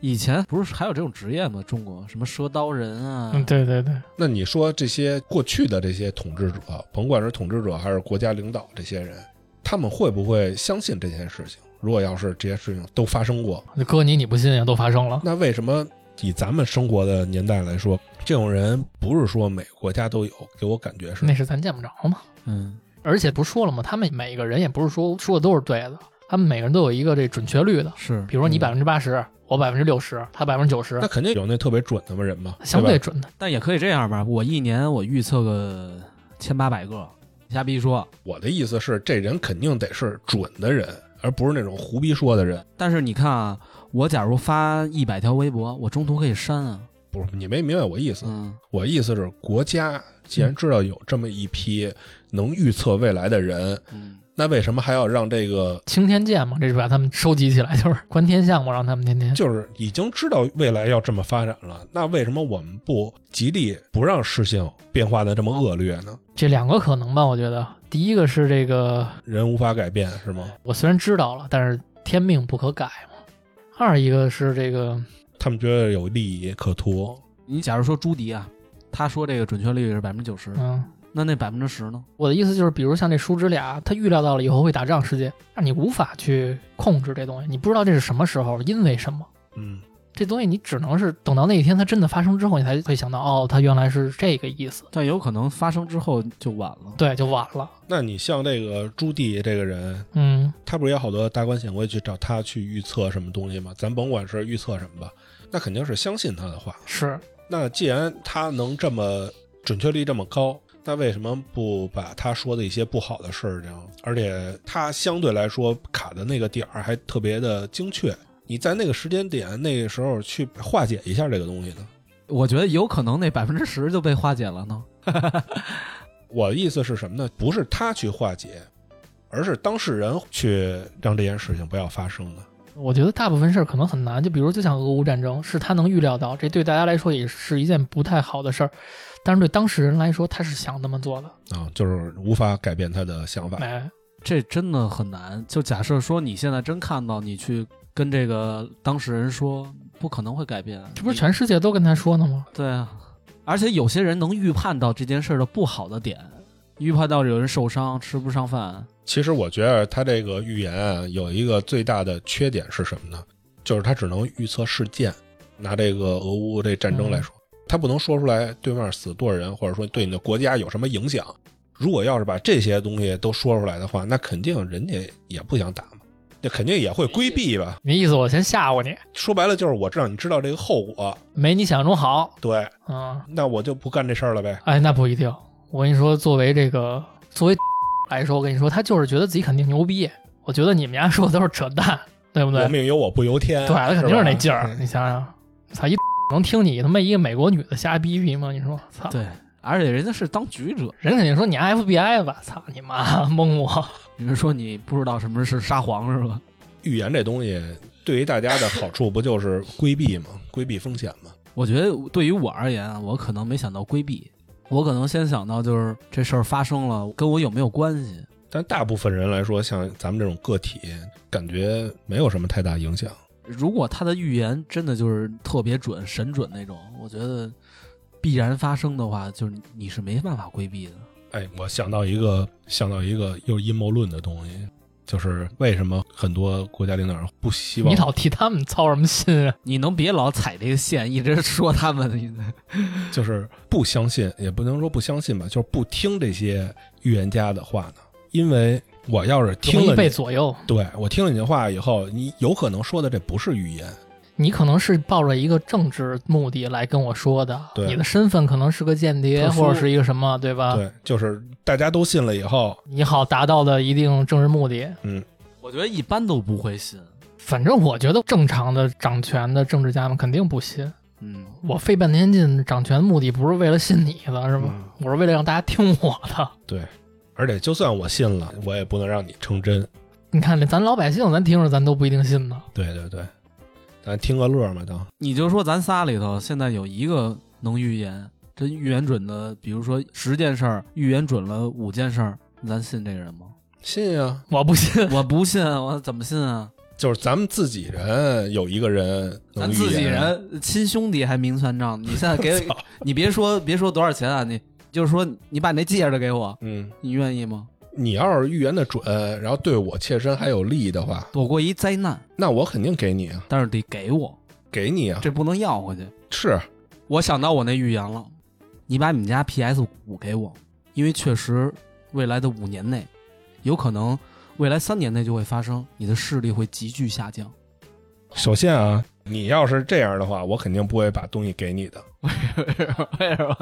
Speaker 2: 以前不是还有这种职业吗？中国什么赊刀人啊？
Speaker 1: 嗯，对对对，
Speaker 3: 那你说这些过去的这些统治者，甭管是统治者还是国家领导这些人，他们会不会相信这件事情？如果要是这些事情都发生过，
Speaker 1: 那哥你你不信也都发生了。
Speaker 3: 那为什么以咱们生活的年代来说，这种人不是说每个国家都有？给我感觉是
Speaker 1: 那是咱见不着嘛。
Speaker 2: 嗯，
Speaker 1: 而且不是说了吗？他们每个人也不是说说的都是对的，他们每个人都有一个这准确率的。
Speaker 2: 是
Speaker 1: 比如说你
Speaker 3: 嗯
Speaker 1: 百分之八十，我百分之六十，他百分之九十
Speaker 3: 那，肯定有那特别准的嘛人嘛，
Speaker 1: 相
Speaker 3: 对吧
Speaker 1: 对准的。
Speaker 2: 但也可以这样吧，我一年我预测个千八百个，瞎逼说。
Speaker 3: 我的意思是，这人肯定得是准的人，而不是那种胡逼说的人。
Speaker 2: 但是你看啊，我假如发一百条微博，我中途可以删啊。
Speaker 3: 不是，你没明白我意思。
Speaker 2: 嗯，
Speaker 3: 我意思是，国家既然知道有这么一批能预测未来的人，
Speaker 2: 嗯，
Speaker 3: 那为什么还要让这个
Speaker 1: 青天剑嘛，这是把他们收集起来，就是观天象嘛，让他们天天
Speaker 3: 就是已经知道未来要这么发展了，那为什么我们不极力不让事情变化的这么恶劣呢？
Speaker 1: 这两个可能吧，我觉得第一个是这个
Speaker 3: 人无法改变是吗？
Speaker 1: 我虽然知道了，但是天命不可改嘛。二一个是这个
Speaker 3: 他们觉得有利益可图，
Speaker 2: 你假如说朱迪啊，他说这个准确率是百分之九十，
Speaker 1: 嗯。
Speaker 2: 那那百分之十呢？
Speaker 1: 我的意思就是，比如像这叔侄俩，他预料到了以后会打仗世界，但你无法去控制这东西，你不知道这是什么时候，因为什么。
Speaker 3: 嗯，
Speaker 1: 这东西你只能是等到那一天它真的发生之后，你才会想到哦，它原来是这个意思。
Speaker 2: 但有可能发生之后就晚了。
Speaker 1: 对，就晚了。
Speaker 3: 那你像这个朱棣这个人，
Speaker 1: 嗯，
Speaker 3: 他不是有好多达官显贵去找他去预测什么东西吗？咱甭管是预测什么吧，那肯定是相信他的话。
Speaker 1: 是
Speaker 3: 那既然他能这么准确率这么高，那为什么不把他说的一些不好的事情，而且他相对来说卡的那个点儿还特别的精确？你在那个时间点、那个时候去化解一下这个东西呢？
Speaker 2: 我觉得有可能那百分之十就被化解了呢。
Speaker 3: 我的意思是什么呢？不是他去化解，而是当事人去让这件事情不要发生的。
Speaker 1: 我觉得大部分事儿可能很难，就比如就像俄乌战争，是他能预料到，这对大家来说也是一件不太好的事儿，但是对当事人来说，他是想那么做的。
Speaker 3: 啊，就是无法改变他的想法。
Speaker 1: 哎，
Speaker 2: 这真的很难。就假设说你现在真看到，你去跟这个当事人说，不可能会改变。
Speaker 1: 这不
Speaker 3: 嗯
Speaker 1: 是全世界都跟他说呢吗？
Speaker 2: 对啊，而且有些人能预判到这件事儿的不好的点，预判到有人受伤、吃不上饭。
Speaker 3: 其实我觉得他这个预言啊，有一个最大的缺点是什么呢？就是他只能预测事件。拿这个俄乌这战争来说，他不能说出来对面死多少人，或者说对你的国家有什么影响。如果要是把这些东西都说出来的话，那肯定人家也不想打嘛，那肯定也会规避吧。
Speaker 1: 没意思，我先吓唬你，
Speaker 3: 说白了就是我让你知道这个后果，
Speaker 1: 没你想象中好。
Speaker 3: 对，
Speaker 1: 嗯，
Speaker 3: 那我就不干这事儿了呗。
Speaker 1: 哎，那不一定。我跟你说，作为这个作为 来说，我跟你说，他就是觉得自己肯定牛逼。我觉得你们家说的都是扯淡，对不对
Speaker 3: 我？命由我不由天，
Speaker 1: 对，他肯定是那劲
Speaker 3: 吧
Speaker 1: 儿。
Speaker 3: 嗯
Speaker 1: 你想想，操一 能听你他妈一个美国女的瞎逼逼吗？你说，操，
Speaker 2: 对，而且人家是当局者，
Speaker 1: 人肯定说你 FBI 吧？操你妈，蒙我！
Speaker 2: 你是说你不知道什么是沙皇是吧？
Speaker 3: 预言这东西对于大家的好处不就是规避吗？规避风险吗？
Speaker 2: 我觉得对于我而言啊，我可能没想到规避，我可能先想到就是这事儿发生了跟我有没有关系。
Speaker 3: 但大部分人来说，像咱们这种个体，感觉没有什么太大影响。
Speaker 2: 如果他的预言真的就是特别准、神准那种，我觉得必然发生的话，就是你是没办法规避的。
Speaker 3: 哎，我想到一个，想到一个又是阴谋论的东西，就是为什么很多国家领导人不希望
Speaker 1: 你老替他们操什么心啊？
Speaker 2: 你能别老踩这个线，一直说他们，你
Speaker 3: 就是不相信，也不能说不相信吧，就是不听这些预言家的话呢？因为我要是
Speaker 1: 容
Speaker 3: 听
Speaker 1: 易
Speaker 3: 了
Speaker 1: 被
Speaker 3: 你，
Speaker 1: 左右。
Speaker 3: 对我听了你的话以后，你有可能说的这不是预言，
Speaker 1: 你可能是抱着一个政治目的来跟我说的，
Speaker 3: 对
Speaker 1: 你的身份可能是个间谍
Speaker 2: 特殊
Speaker 1: 或者是一个什么，对吧？
Speaker 3: 对，就是大家都信了以后，
Speaker 1: 你好达到的一定政治目的。
Speaker 2: 我觉得一般都不会信。
Speaker 1: 反正我觉得正常的掌权的政治家们肯定不信。
Speaker 2: 嗯，
Speaker 1: 我费半天劲掌权的目的不是为了信你的，是吧？
Speaker 3: 嗯
Speaker 1: 我是为了让大家听我的。
Speaker 3: 而且就算我信了，我也不能让你成真。
Speaker 1: 你看，咱老百姓，咱听着咱都不一定信呢。
Speaker 3: 对对对，咱听个乐嘛，当
Speaker 2: 你就说咱仨里头现在有一个能预言，真预言准的，比如说十件事儿，预言准了五件事儿，咱信这个人吗？
Speaker 3: 信啊。
Speaker 1: 我不 信，
Speaker 2: 我不信，我怎么信啊？
Speaker 3: 就是咱们自己人有一个人能
Speaker 2: 咱
Speaker 3: 预言，啊
Speaker 2: 自己人亲兄弟还明算账，你现 在给
Speaker 3: 操
Speaker 2: 你别说别说多少钱啊，你就是说你把你那戒指给我，
Speaker 3: 嗯，
Speaker 2: 你愿意吗？
Speaker 3: 你要是预言的准，然后对我切身还有利益的话，
Speaker 2: 躲过一灾难，
Speaker 3: 那我肯定给你啊，
Speaker 2: 但是得给 我，
Speaker 3: 给你啊，
Speaker 2: 这不能要回去。
Speaker 3: 是
Speaker 2: 我想到我那预言了，你把你们家 PS 五给我，因为确实未来的五年内，有可能未来三年内就会发生，你的视力会急剧下 降。
Speaker 3: 首先啊，你要是这样的话，我肯定不会把东西给你的。
Speaker 2: 为什么？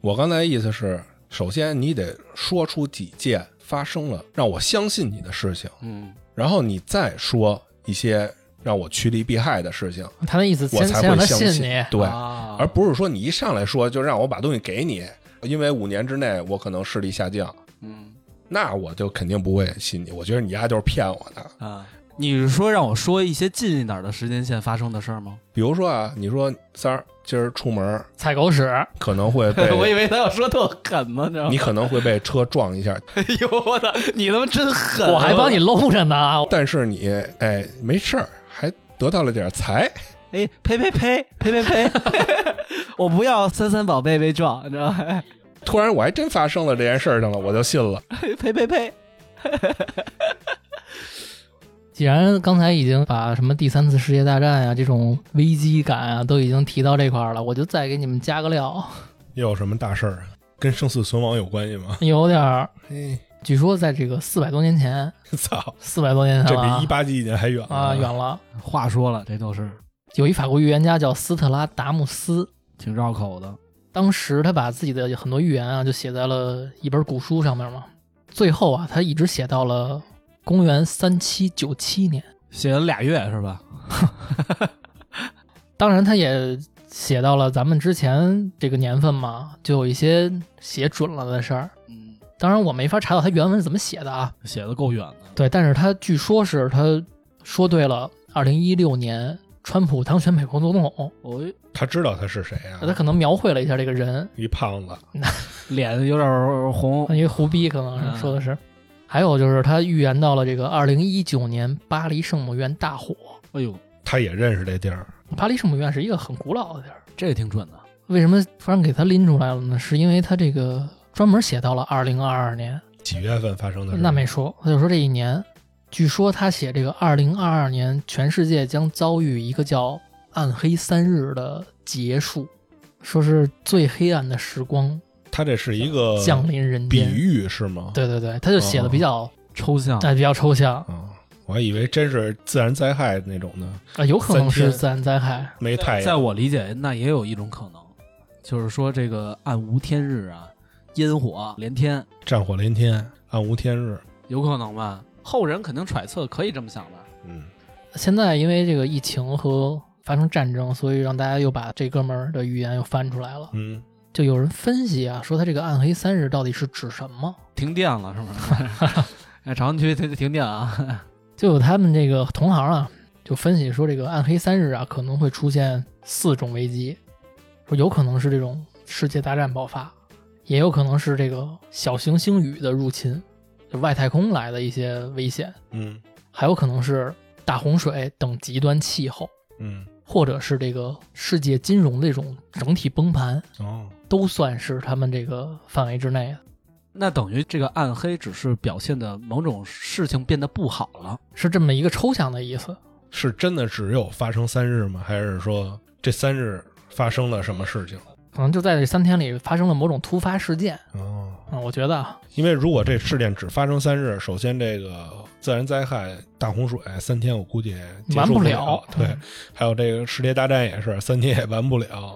Speaker 3: 我刚才意思是，首先你得说出几件发生了让我相信你的事情，
Speaker 2: 嗯，
Speaker 3: 然后你再说一些让我趋利避害的事情，
Speaker 1: 他那意思
Speaker 3: 我
Speaker 1: 先
Speaker 3: 才
Speaker 1: 先
Speaker 3: 会
Speaker 1: 让他
Speaker 3: 相
Speaker 1: 信
Speaker 3: 信。
Speaker 1: 你。
Speaker 3: 对，
Speaker 2: 啊
Speaker 3: 而不是说你一上来说就让我把东西给你，因为五年之内我可能视力下降，
Speaker 2: 嗯
Speaker 3: 那我就肯定不会信你。我觉得你丫就是骗我的。
Speaker 2: 啊，你是说让我说一些近一点的时间线发生的事儿 吗？
Speaker 3: 比如说啊，你说三儿今儿出门
Speaker 1: 踩狗屎，
Speaker 3: 可能会
Speaker 2: 我以
Speaker 3: 被
Speaker 2: 为他要说特狠呢，你知道
Speaker 3: 你
Speaker 2: 吗？
Speaker 3: 可能会被车撞一下，
Speaker 2: 哎呦我操，你他妈真狠！啊
Speaker 1: 我还帮你搂着呢。
Speaker 3: 但是你哎没事儿，还得到了点财。
Speaker 2: 哎呸呸呸呸呸呸！ 我不要三三宝贝被撞，你知道吗？
Speaker 3: 突然我还真发生了这件事儿上了，我就信了。
Speaker 2: 呸呸呸！
Speaker 1: 既然刚才已经把什么第三次世界大战呀、这种危机感啊都已经提到这块儿了，我就再给你们加个料，
Speaker 3: 又有什么大事儿啊？跟生死存亡有关系 吗？
Speaker 1: 有点儿。
Speaker 3: 嘿，
Speaker 1: 据说在这个四百多年前，
Speaker 3: 哎操，
Speaker 1: 四百多年前
Speaker 3: 这
Speaker 1: 了
Speaker 3: 比
Speaker 1: 啊
Speaker 3: 一八几已经还远了
Speaker 1: 啊，远了。
Speaker 2: 话说了，这都是
Speaker 1: 有一法国预言家叫斯特拉达姆斯，
Speaker 2: 挺绕口的。
Speaker 1: 当时他把自己的很多预言啊，就写在了一本古书上面嘛。最后啊，他一直写到了公元三七九七年。
Speaker 2: 写了俩月是吧？
Speaker 1: 当然，他也写到了咱们之前这个年份嘛，就有一些写准了的事儿。
Speaker 2: 嗯，
Speaker 1: 当然，我没法查到他原文是怎么写的啊。
Speaker 2: 写的够远的。
Speaker 1: 对，但是他据说是他说对了，二零一六年川普当选美国总统，
Speaker 2: 我、
Speaker 3: 他知道他是谁啊？
Speaker 1: 他可能描绘了一下这个人，
Speaker 3: 一胖子，
Speaker 2: 脸有点红，
Speaker 1: 一个胡逼可能
Speaker 2: 嗯
Speaker 1: 是说的是。还有就是他预言到了这个二零一九年巴黎圣母院大火。
Speaker 2: 哎呦，
Speaker 3: 他也认识这地儿，
Speaker 1: 巴黎圣母院是一个很古老的地儿，
Speaker 2: 这挺准的。
Speaker 1: 为什么突然给他拎出来了呢？是因为他这个专门写到了二零二二年，
Speaker 3: 几月份发生的事？
Speaker 1: 那没说，他就说这一年，据说他写这个二零二二年，全世界将遭遇一个叫“暗黑三日”的结束，说是最黑暗的时光
Speaker 3: 他这是一个
Speaker 1: 降临人
Speaker 3: 呃比
Speaker 1: 间。
Speaker 3: 喻嗯是吗？
Speaker 1: 对对对，他就写的比较，
Speaker 2: 抽象，
Speaker 1: 哎、比较抽象啊、
Speaker 3: 啊，我还以为真是自然灾害那种呢，
Speaker 1: 呃有可能
Speaker 3: 三
Speaker 1: 是
Speaker 3: 天
Speaker 1: 自然灾害。
Speaker 3: 没太
Speaker 2: 在
Speaker 3: 阳，
Speaker 2: 我理解，那也有一种可能，就是说这个暗无天日啊，烟火连天，
Speaker 3: 战火连天，暗无天日。
Speaker 2: 有可能吧？后人肯定揣测，可以这么想吧？
Speaker 3: 嗯，
Speaker 1: 现在因为这个疫情和发生战争，所以让大家又把这哥们儿的预言又翻出来了。
Speaker 3: 嗯，
Speaker 1: 就有人分析啊，说他这个暗黑三日到底是指什么？
Speaker 2: 停电了是吗？ 哎，朝阳区停停电啊！
Speaker 1: 就有他们这个同行啊，就分析说，这个暗黑三日啊可能会出现四种危机，说有可能是这种世界大战爆发，也有可能是这个小行星雨的入侵，就外太空来的一些危险，
Speaker 3: 嗯，
Speaker 1: 还有可能是大洪水等极端气候，
Speaker 3: 嗯，
Speaker 1: 或者是这个世界金融这种整体崩盘，
Speaker 3: 哦，
Speaker 1: 都算是他们这个范围之内啊的。
Speaker 2: 那等于这个暗黑只是表现的某种事情变得不好了，
Speaker 1: 是这么一个抽象的意思，
Speaker 3: 是真的只有发生三日吗？还是说这三日发生了什么事情？
Speaker 1: 可能就在这三天里发生了某种突发事件
Speaker 3: 哦，
Speaker 1: 啊、我觉得啊，
Speaker 3: 因为如果这事件只发生三日，首先这个自然灾害、大洪水三天，我估计也结
Speaker 1: 完
Speaker 3: 束
Speaker 1: 不
Speaker 3: 了
Speaker 1: 了。
Speaker 3: 对，
Speaker 1: 嗯
Speaker 3: 还有这个世界大战也是三天也完不了。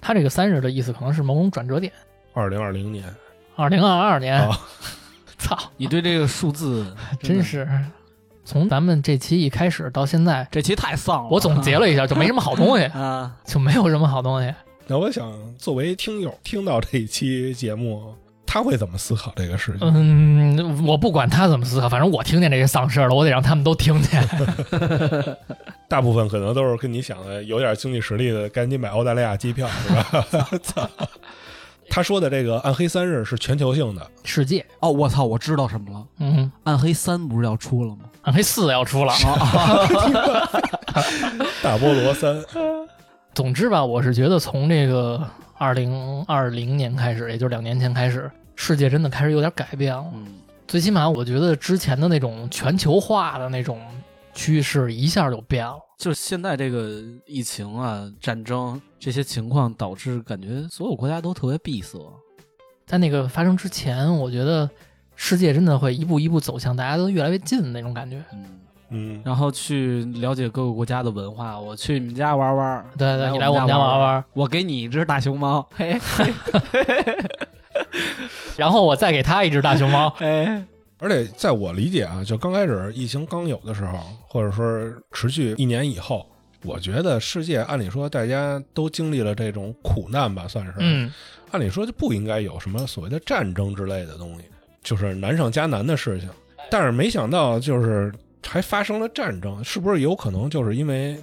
Speaker 1: 他这个三日的意思可能是某种转折点。
Speaker 3: 二零二零年，
Speaker 1: 二零二二年
Speaker 3: 哦，
Speaker 1: 操、
Speaker 2: 你对这个数字
Speaker 1: 真
Speaker 2: 的
Speaker 1: 是从咱们这期一开始到现在，
Speaker 2: 这期太丧了。，
Speaker 1: 我总结了一下，就没什么好东西
Speaker 2: 啊，
Speaker 1: 就没有什么好东西。
Speaker 3: 那我想作为听友听到这一期节目，他会怎么思考这个事情？
Speaker 1: 嗯，我不管他怎么思考，反正我听见这些丧事儿了，我得让他们都听见。
Speaker 3: 大部分可能都是跟你想的有点经济实力的，赶紧买澳大利亚机票，是吧？操！ 他说的这个暗黑三日是全球性的，
Speaker 1: 世界，
Speaker 2: 哦，我操，我知道什么了，
Speaker 1: 嗯，
Speaker 2: 《暗黑三》不是要出了 吗？哦
Speaker 1: 暗黑四要出了。
Speaker 3: 大菠萝三，
Speaker 1: 总之吧，我是觉得从这个二零二零年开始，也就是两年前开始，世界真的开始有点改变了。
Speaker 2: 嗯，
Speaker 1: 最起码我觉得之前的那种全球化的那种趋势一下就变了。
Speaker 2: 就是现在这个疫情啊、战争这些情况，导致感觉所有国家都特别闭塞。
Speaker 1: 在那个发生之前，我觉得世界真的会一步一步走向大家都越来越近的那种感觉。
Speaker 2: 嗯，
Speaker 3: 嗯，
Speaker 2: 然后去了解各个国家的文化。我去你们家玩玩，
Speaker 1: 对对，你来
Speaker 2: 我
Speaker 1: 我们家玩
Speaker 2: 玩，
Speaker 1: 玩，
Speaker 2: 我给你一只大熊猫。嘿，。
Speaker 1: 然后我再给他一只大熊猫
Speaker 2: 哎，
Speaker 3: 而且在我理解啊，就刚开始疫情刚有的时候，或者说持续一年以后，我觉得世界按理说大家都经历了这种苦难吧，算是，，
Speaker 1: 嗯，
Speaker 3: 按理说就不应该有什么所谓的战争之类的东西，就是难上加难的事情。
Speaker 2: 哎
Speaker 3: 但是没想到就是还发生了战争，是不是有可能就是因为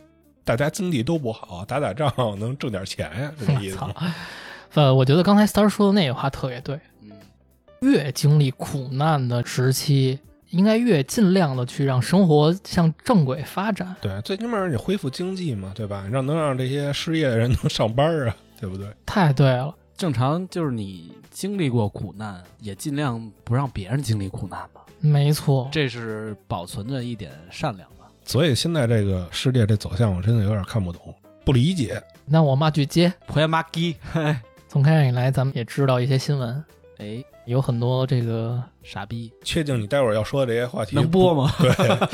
Speaker 3: 大家经济都不好，打打仗 能挣点钱呀？是这意思吗？
Speaker 1: 呃，我觉得刚才三儿说的那句话特别对，
Speaker 2: 嗯，
Speaker 1: 越经历苦难的时期，应该越尽量的去让生活向正轨发展。
Speaker 3: 对，最起码你恢复经济嘛，对吧？让能让这些失业的人能上班啊，对不对？
Speaker 1: 太对了，
Speaker 2: 正常就是你经历过苦难，也尽量不让别人经历苦难吧。
Speaker 1: 没错，
Speaker 2: 这是保存着一点善良吧。
Speaker 3: 所以现在这个世界这走向，我真的有点看不懂，不理解。
Speaker 1: 那我骂句街。
Speaker 2: 婆家妈鸡，
Speaker 1: 从开展以来，咱们也知道一些新闻，
Speaker 2: 哎，
Speaker 1: 有很多这个
Speaker 2: 傻逼，
Speaker 3: 确定你待会儿要说的这些话题
Speaker 2: 能播？吗？
Speaker 3: 对，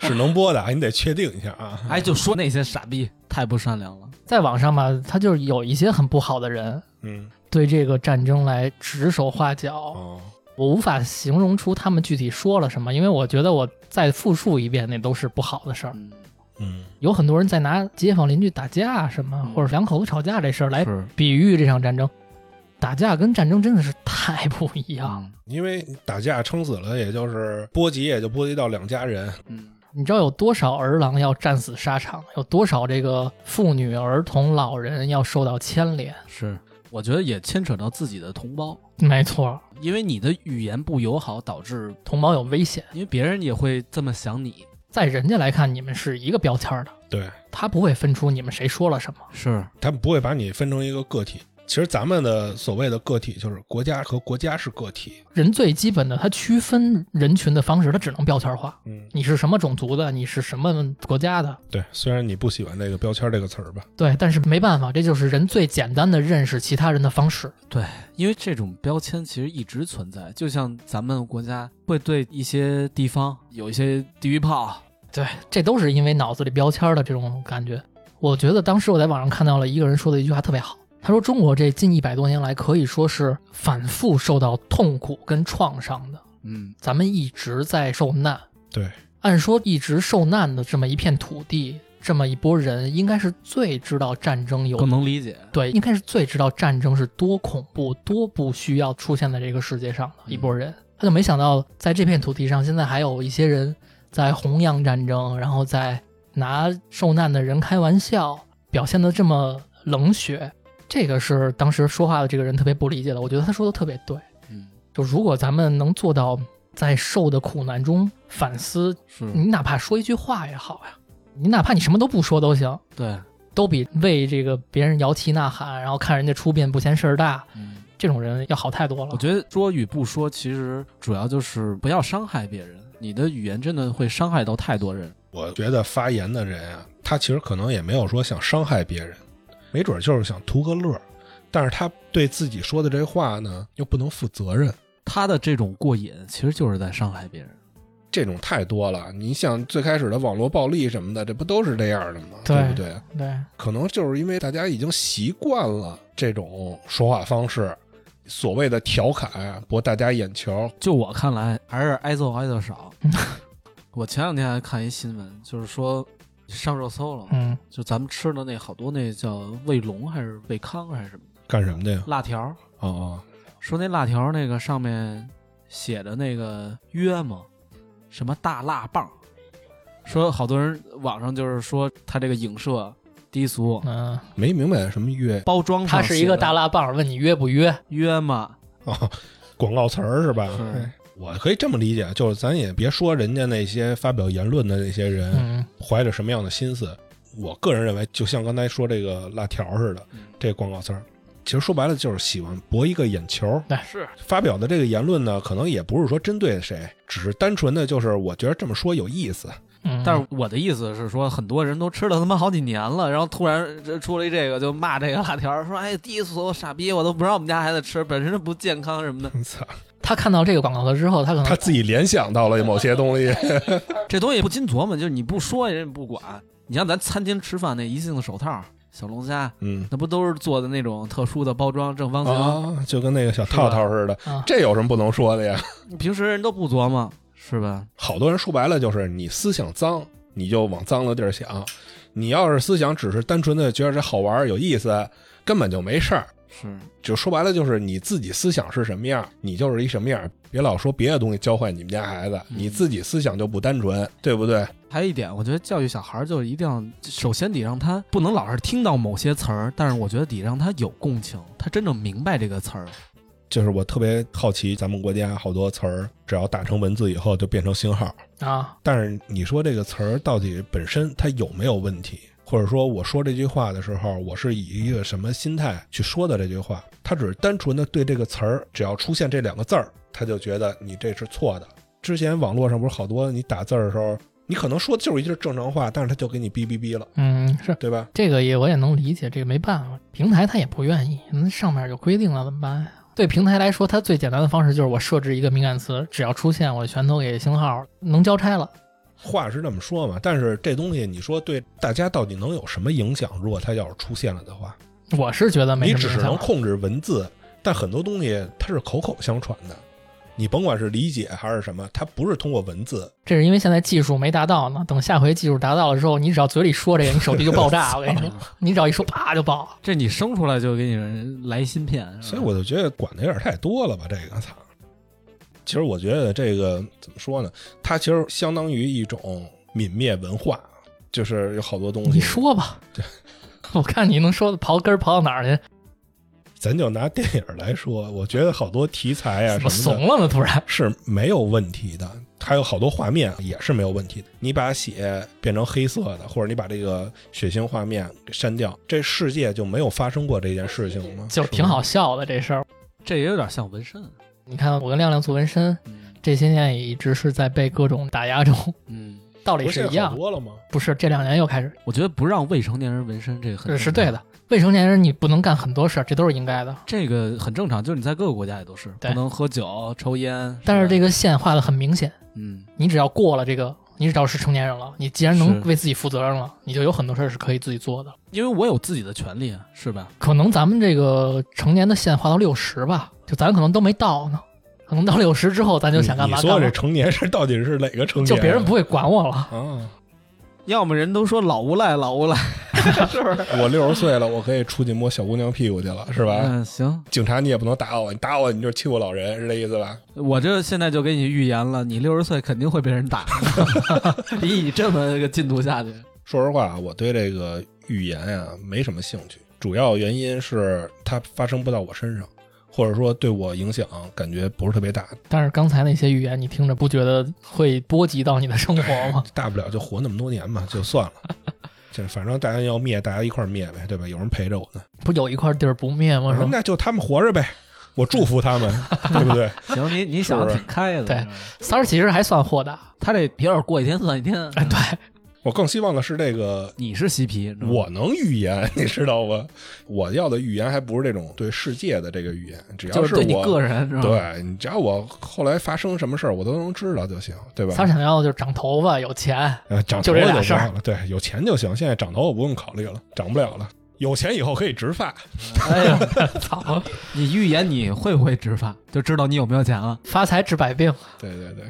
Speaker 3: 是能播的，你得确定一下啊。
Speaker 2: 哎，就说那些傻逼太不善良了。
Speaker 1: 在网上吧，他就是有一些很不好的人，
Speaker 3: 嗯，
Speaker 1: 对这个战争来指手画脚。
Speaker 3: 哦，
Speaker 1: 我无法形容出他们具体说了什么，因为我觉得我再复述一遍，那都是不好的事儿。
Speaker 2: 嗯，
Speaker 3: 嗯，
Speaker 1: 有很多人在拿街坊邻居打架什么，
Speaker 2: 嗯
Speaker 1: 或者两口子吵架这事儿来
Speaker 2: 是
Speaker 1: 比喻这场战争。打架跟战争真的是太不一样了。
Speaker 2: 嗯
Speaker 3: 因为打架撑死了，也就是波及，也就波及到两家人。
Speaker 2: 嗯，
Speaker 1: 你知道有多少儿郎要战死沙场，有多少这个妇女、儿童、老人要受到牵连？
Speaker 2: 是，我觉得也牵扯到自己的同胞，
Speaker 1: 没错，
Speaker 2: 因为你的语言不友好，导致
Speaker 1: 同胞有危险，
Speaker 2: 因为别人也会这么想你。
Speaker 1: 在人家来看，你们是一个标签儿的，
Speaker 3: 对
Speaker 1: 他不会分出你们谁说了什么。
Speaker 2: 是，
Speaker 3: 他们不会把你分成一个个体。其实咱们的所谓的个体，就是国家和国家是个体。
Speaker 1: 人最基本的，他区分人群的方式，他只能标签化。
Speaker 3: 嗯，
Speaker 1: 你是什么种族的？你是什么国家的？
Speaker 3: 对，虽然你不喜欢这个标签这个词儿吧，
Speaker 1: 对，但是没办法，这就是人最简单的认识其他人的方式。
Speaker 2: 因为这种标签其实一直存在，就像咱们国家会对一些地方有一些地狱炮，
Speaker 1: 对，这都是因为脑子里标签的这种感觉。我觉得当时我在网上看到了一个人说的一句话特别好，他说：“中国这近一百多年来可以说是反复受到痛苦跟创伤的，
Speaker 2: 嗯，
Speaker 1: 咱们一直在受难。
Speaker 3: 对，
Speaker 1: 按说一直受难的这么一片土地，这么一波人，应该是最知道战争有
Speaker 2: 更能理解。
Speaker 1: 对，应该是最知道战争是多恐怖、多不需要出现在这个世界上的一拨人。他就没想到，在这片土地上，现在还有一些人在弘扬战争，然后在拿受难的人开玩笑，表现得这么冷血。这个是当时说话的这个人特别不理解的。我觉得他说的特别对。
Speaker 2: 嗯，
Speaker 1: 就如果咱们能做到在受的苦难中反思，
Speaker 2: 是
Speaker 1: 你哪怕说一句话也好呀，你哪怕你什么都不说都行。
Speaker 2: 对，
Speaker 1: 都比为这个别人摇旗呐喊，然后看人家出殡不嫌事儿大，
Speaker 2: 嗯，
Speaker 1: 这种人要好太多了
Speaker 2: 我。觉得说与不说，其实主要就是不要伤害别人。你的语言真的会伤害到太多人。
Speaker 3: 我觉得发言的人啊，他其实可能也没有说想伤害别人，没准儿就是想图个乐儿，但是他对自己说的这话呢，又不能负责任。
Speaker 2: 他的这种过瘾，其实就是在伤害别人。
Speaker 3: 这种太多了，你像最开始的网络暴力什么的，这不都是这样的吗？
Speaker 1: 对
Speaker 3: 不对？啊
Speaker 1: 对，
Speaker 3: 可能就是因为大家已经习惯了这种说话方式，所谓的调侃博大家眼球。
Speaker 2: 就我看来，还是挨揍挨得少。 我前两天还看一新闻，就是说上热搜了嘛，
Speaker 1: 嗯，
Speaker 2: 就咱们吃的那好多那叫卫龙还是卫康还是什么
Speaker 3: 干什么的呀？
Speaker 2: 辣条，
Speaker 3: 哦哦，
Speaker 2: 说那辣条那个上面写的那个约吗？什么大辣棒？说好多人网上就是说他这个影射低俗，
Speaker 1: 嗯，
Speaker 3: 没明白什么约
Speaker 2: 包装上
Speaker 1: 他是一个
Speaker 2: 哦写的
Speaker 1: 大辣棒，问你约不约？
Speaker 2: 约吗？
Speaker 3: 哦，广告词儿是吧？
Speaker 2: 是
Speaker 3: 我可以这么理解，就是咱也别说人家那些发表言论的那些人、
Speaker 1: 嗯，
Speaker 3: 怀着什么样的心思。我个人认为，就像刚才说这个辣条似的，这广告词儿，其实说白了就是喜欢博一个眼球。
Speaker 1: 对，
Speaker 2: 是
Speaker 3: 发表的这个言论呢，可能也不是说针对谁，只是单纯的就是我觉得这么说有意思。
Speaker 1: 嗯，
Speaker 2: 但是我的意思是说，很多人都吃了他妈好几年了，然后突然这出了一这个就骂这个辣条，说哎低俗傻逼，我都不让我们家孩子吃，本身就不健康什么的，
Speaker 3: 操，
Speaker 1: 他看到这个广告词之后，他可
Speaker 3: 他
Speaker 1: 能
Speaker 3: 自己联想到 了某些东西。
Speaker 2: 这东西不禁琢磨，就是你不说人家不管。你像咱餐厅吃饭那一次性手套、小龙虾，
Speaker 3: 嗯
Speaker 2: 那不都是做的那种特殊的包装正方形？
Speaker 3: 啊，嗯就跟那个小套套似的，
Speaker 1: 啊，
Speaker 3: 这有什么不能说的呀？
Speaker 2: 你平时人都不琢磨，是吧？
Speaker 3: 好多人说白了就是你思想脏，你就往脏的地儿想。你要是思想只是单纯的觉得这好玩儿有意思，根本就没事儿。
Speaker 2: 是，
Speaker 3: 就说白了，就是你自己思想是什么样儿，你就是一什么样儿。别老说别的东西教坏你们家孩子，你自己思想就不单纯，对不对？
Speaker 2: 还有一点，我觉得教育小孩儿就一定要，首先得让他不能老是听到某些词儿，但是我觉得得让他有共情，他真正明白这个词儿。
Speaker 3: 就是我特别好奇，咱们国家好多词儿，只要打成文字以后就变成星号。
Speaker 1: 啊，
Speaker 3: 但是你说这个词儿到底本身它有没有问题，或者说我说这句话的时候，我是以一个什么心态去说的这句话？他只是单纯的对这个词儿，只要出现这两个字儿，他就觉得你这是错的。之前网络上不是好多你打字儿的时候，你可能说的就是一句正常话，但是他就给你哔哔哔了，
Speaker 1: 嗯，是
Speaker 3: 对吧？
Speaker 1: 这个也我也能理解，这个没办法，平台他也不愿意，那上面有规定了怎么办呀？对平台来说，它最简单的方式就是我设置一个敏感词，只要出现，我全都给星号，能交差了。
Speaker 3: 话是这么说嘛，但是这东西你说对大家到底能有什么影响？如果它要是出现了的话，
Speaker 1: 我是觉得没
Speaker 3: 你
Speaker 1: 什
Speaker 3: 只
Speaker 1: 么
Speaker 3: 是
Speaker 1: 影
Speaker 3: 能
Speaker 1: 响。啊
Speaker 3: 控制文字，但很多东西它是口口相传的，你甭管是理解还是什么，它不是通过文字。
Speaker 1: 这是因为现在技术没达到呢，等下回技术达到了之后，你只要嘴里说这个，你手机就爆炸。我跟你说，你只要一说，啪就爆。
Speaker 2: 这你生出来就给你来芯片，
Speaker 1: 嗯
Speaker 2: 是吧
Speaker 3: 所以我就觉得管的有点太多了吧，这个操。其实我觉得这个怎么说呢？它其实相当于一种泯灭文化，就是有好多东
Speaker 1: 你
Speaker 3: 西。
Speaker 1: 说吧，我看你能说的刨根儿刨到哪儿去？
Speaker 3: 咱就拿电影来说，我觉得好多题材啊
Speaker 1: 怎
Speaker 3: 什
Speaker 1: 么怂
Speaker 3: 么的
Speaker 1: 了呢？突然，
Speaker 3: 是没有问题的，还有好多画面也是没有问题的。你把血变成黑色的，或者你把这个血腥画面给删掉，这世界就没有发生过这件事情吗？
Speaker 1: 就是
Speaker 3: 吧
Speaker 1: 挺好。笑的这事儿。
Speaker 2: 这也有点像纹身。
Speaker 1: 你看，我跟亮亮做纹身，
Speaker 2: 嗯
Speaker 1: 这些年也一直是在被各种打压中，
Speaker 2: 嗯，
Speaker 1: 道理
Speaker 3: 不是
Speaker 1: 是一
Speaker 3: 好
Speaker 1: 样。
Speaker 3: 多了吗？
Speaker 1: 不是这两年又开始，
Speaker 2: 我觉得不让未成年人纹身这个
Speaker 1: 是
Speaker 2: 很
Speaker 1: 是
Speaker 2: 正
Speaker 1: 对
Speaker 2: 常
Speaker 1: 的。未成年人你不能干很多事儿，这都是应该的。
Speaker 2: 这个很正常，就是你在各个国家也都是
Speaker 1: 对
Speaker 2: 不能喝酒、抽烟。
Speaker 1: 但是这
Speaker 2: 个，
Speaker 1: 个线画的很明显，
Speaker 2: 嗯，
Speaker 1: 你只要过了这个，你只要是成年人了，你既然能
Speaker 2: 是
Speaker 1: 为自己负责任了，你就有很多事儿是可以自己做的。
Speaker 2: 因为我有自己的权利，啊，是吧？
Speaker 1: 可能咱们这个成年的线画到六十吧，就咱可能都没到呢，可能到六十之后咱就想干
Speaker 3: 你
Speaker 1: 嘛
Speaker 3: 你
Speaker 1: 干
Speaker 3: 说
Speaker 1: 嘛
Speaker 3: 这，成年是到底是哪个成年？
Speaker 1: 就别人不会管我了。
Speaker 3: 啊！
Speaker 2: 要么人都说老无赖，老无赖，
Speaker 3: 我六十岁了，我可以出去摸小姑娘屁股去了，是吧？
Speaker 2: 嗯，行，
Speaker 3: 警察你也不能打我，你打我你就是欺负老人，是这意思吧？
Speaker 2: 我这现在就给你预言了，你六十岁肯定会被人 打。以你这么个进度下去，
Speaker 3: 说实话，啊我对这个预言啊没什么兴趣，主要原因是它发生不到我身上，或者说对我影响感觉不是特别
Speaker 2: 哦
Speaker 3: 大，
Speaker 1: 但是刚才那些语言，你听着不觉得会波及到你的生活 吗？
Speaker 3: 大不了就活那么多年嘛，就算了。 这反正大家要灭，大家一块儿灭呗，对吧？有人陪着我呢，
Speaker 1: 不有一块地儿不灭
Speaker 3: 我
Speaker 1: 吗？是
Speaker 3: 说
Speaker 1: 吧？
Speaker 3: 那就他们活着呗，我祝福他 们，对不对？
Speaker 2: 行，你你想的挺开的。
Speaker 1: 是对，三儿其实还算豁达，
Speaker 2: 他这有点过一天算一天。
Speaker 1: 哎，对，
Speaker 3: 我更希望的是这个
Speaker 2: 你是嬉皮，你知道吗
Speaker 3: 我能预言，你知道吗？我要的预言还不是这种对世界的这个预言，只要
Speaker 2: 就是是对你
Speaker 3: 我
Speaker 2: 个人，知
Speaker 1: 嗯
Speaker 2: 道吗？
Speaker 3: 对你只要我后来发生什么事儿，我都能知道就行，对吧
Speaker 1: 三？儿想要的就是长头发、有钱，
Speaker 3: 呃，长
Speaker 1: 就
Speaker 3: 头
Speaker 1: 这俩
Speaker 3: 发
Speaker 1: 事
Speaker 3: 就
Speaker 1: 儿
Speaker 3: 忘了，对，有钱就行。现在长头发不用考虑了，长不了了。有钱以后可以植发，
Speaker 2: 哎 呀，
Speaker 1: 操，
Speaker 2: 你预言你会不会执法，就知道你有没有钱了。
Speaker 1: 发财治百病。
Speaker 3: 对对对，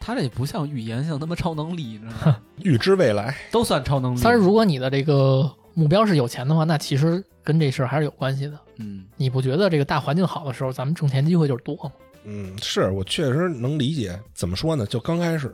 Speaker 2: 他这不像预言，像他妈超能力，你知道吗？
Speaker 3: 预知未来。
Speaker 2: 都算超
Speaker 3: 嗯
Speaker 2: 能力。
Speaker 1: 三儿，如果你的这个目标是有钱的话，那其实跟这事儿还是有关系的。
Speaker 2: 嗯，
Speaker 1: 你不觉得这个大环境好的时候，咱们挣钱机会就是多吗？
Speaker 3: 嗯，是我确实能理解。怎么说呢？就刚开始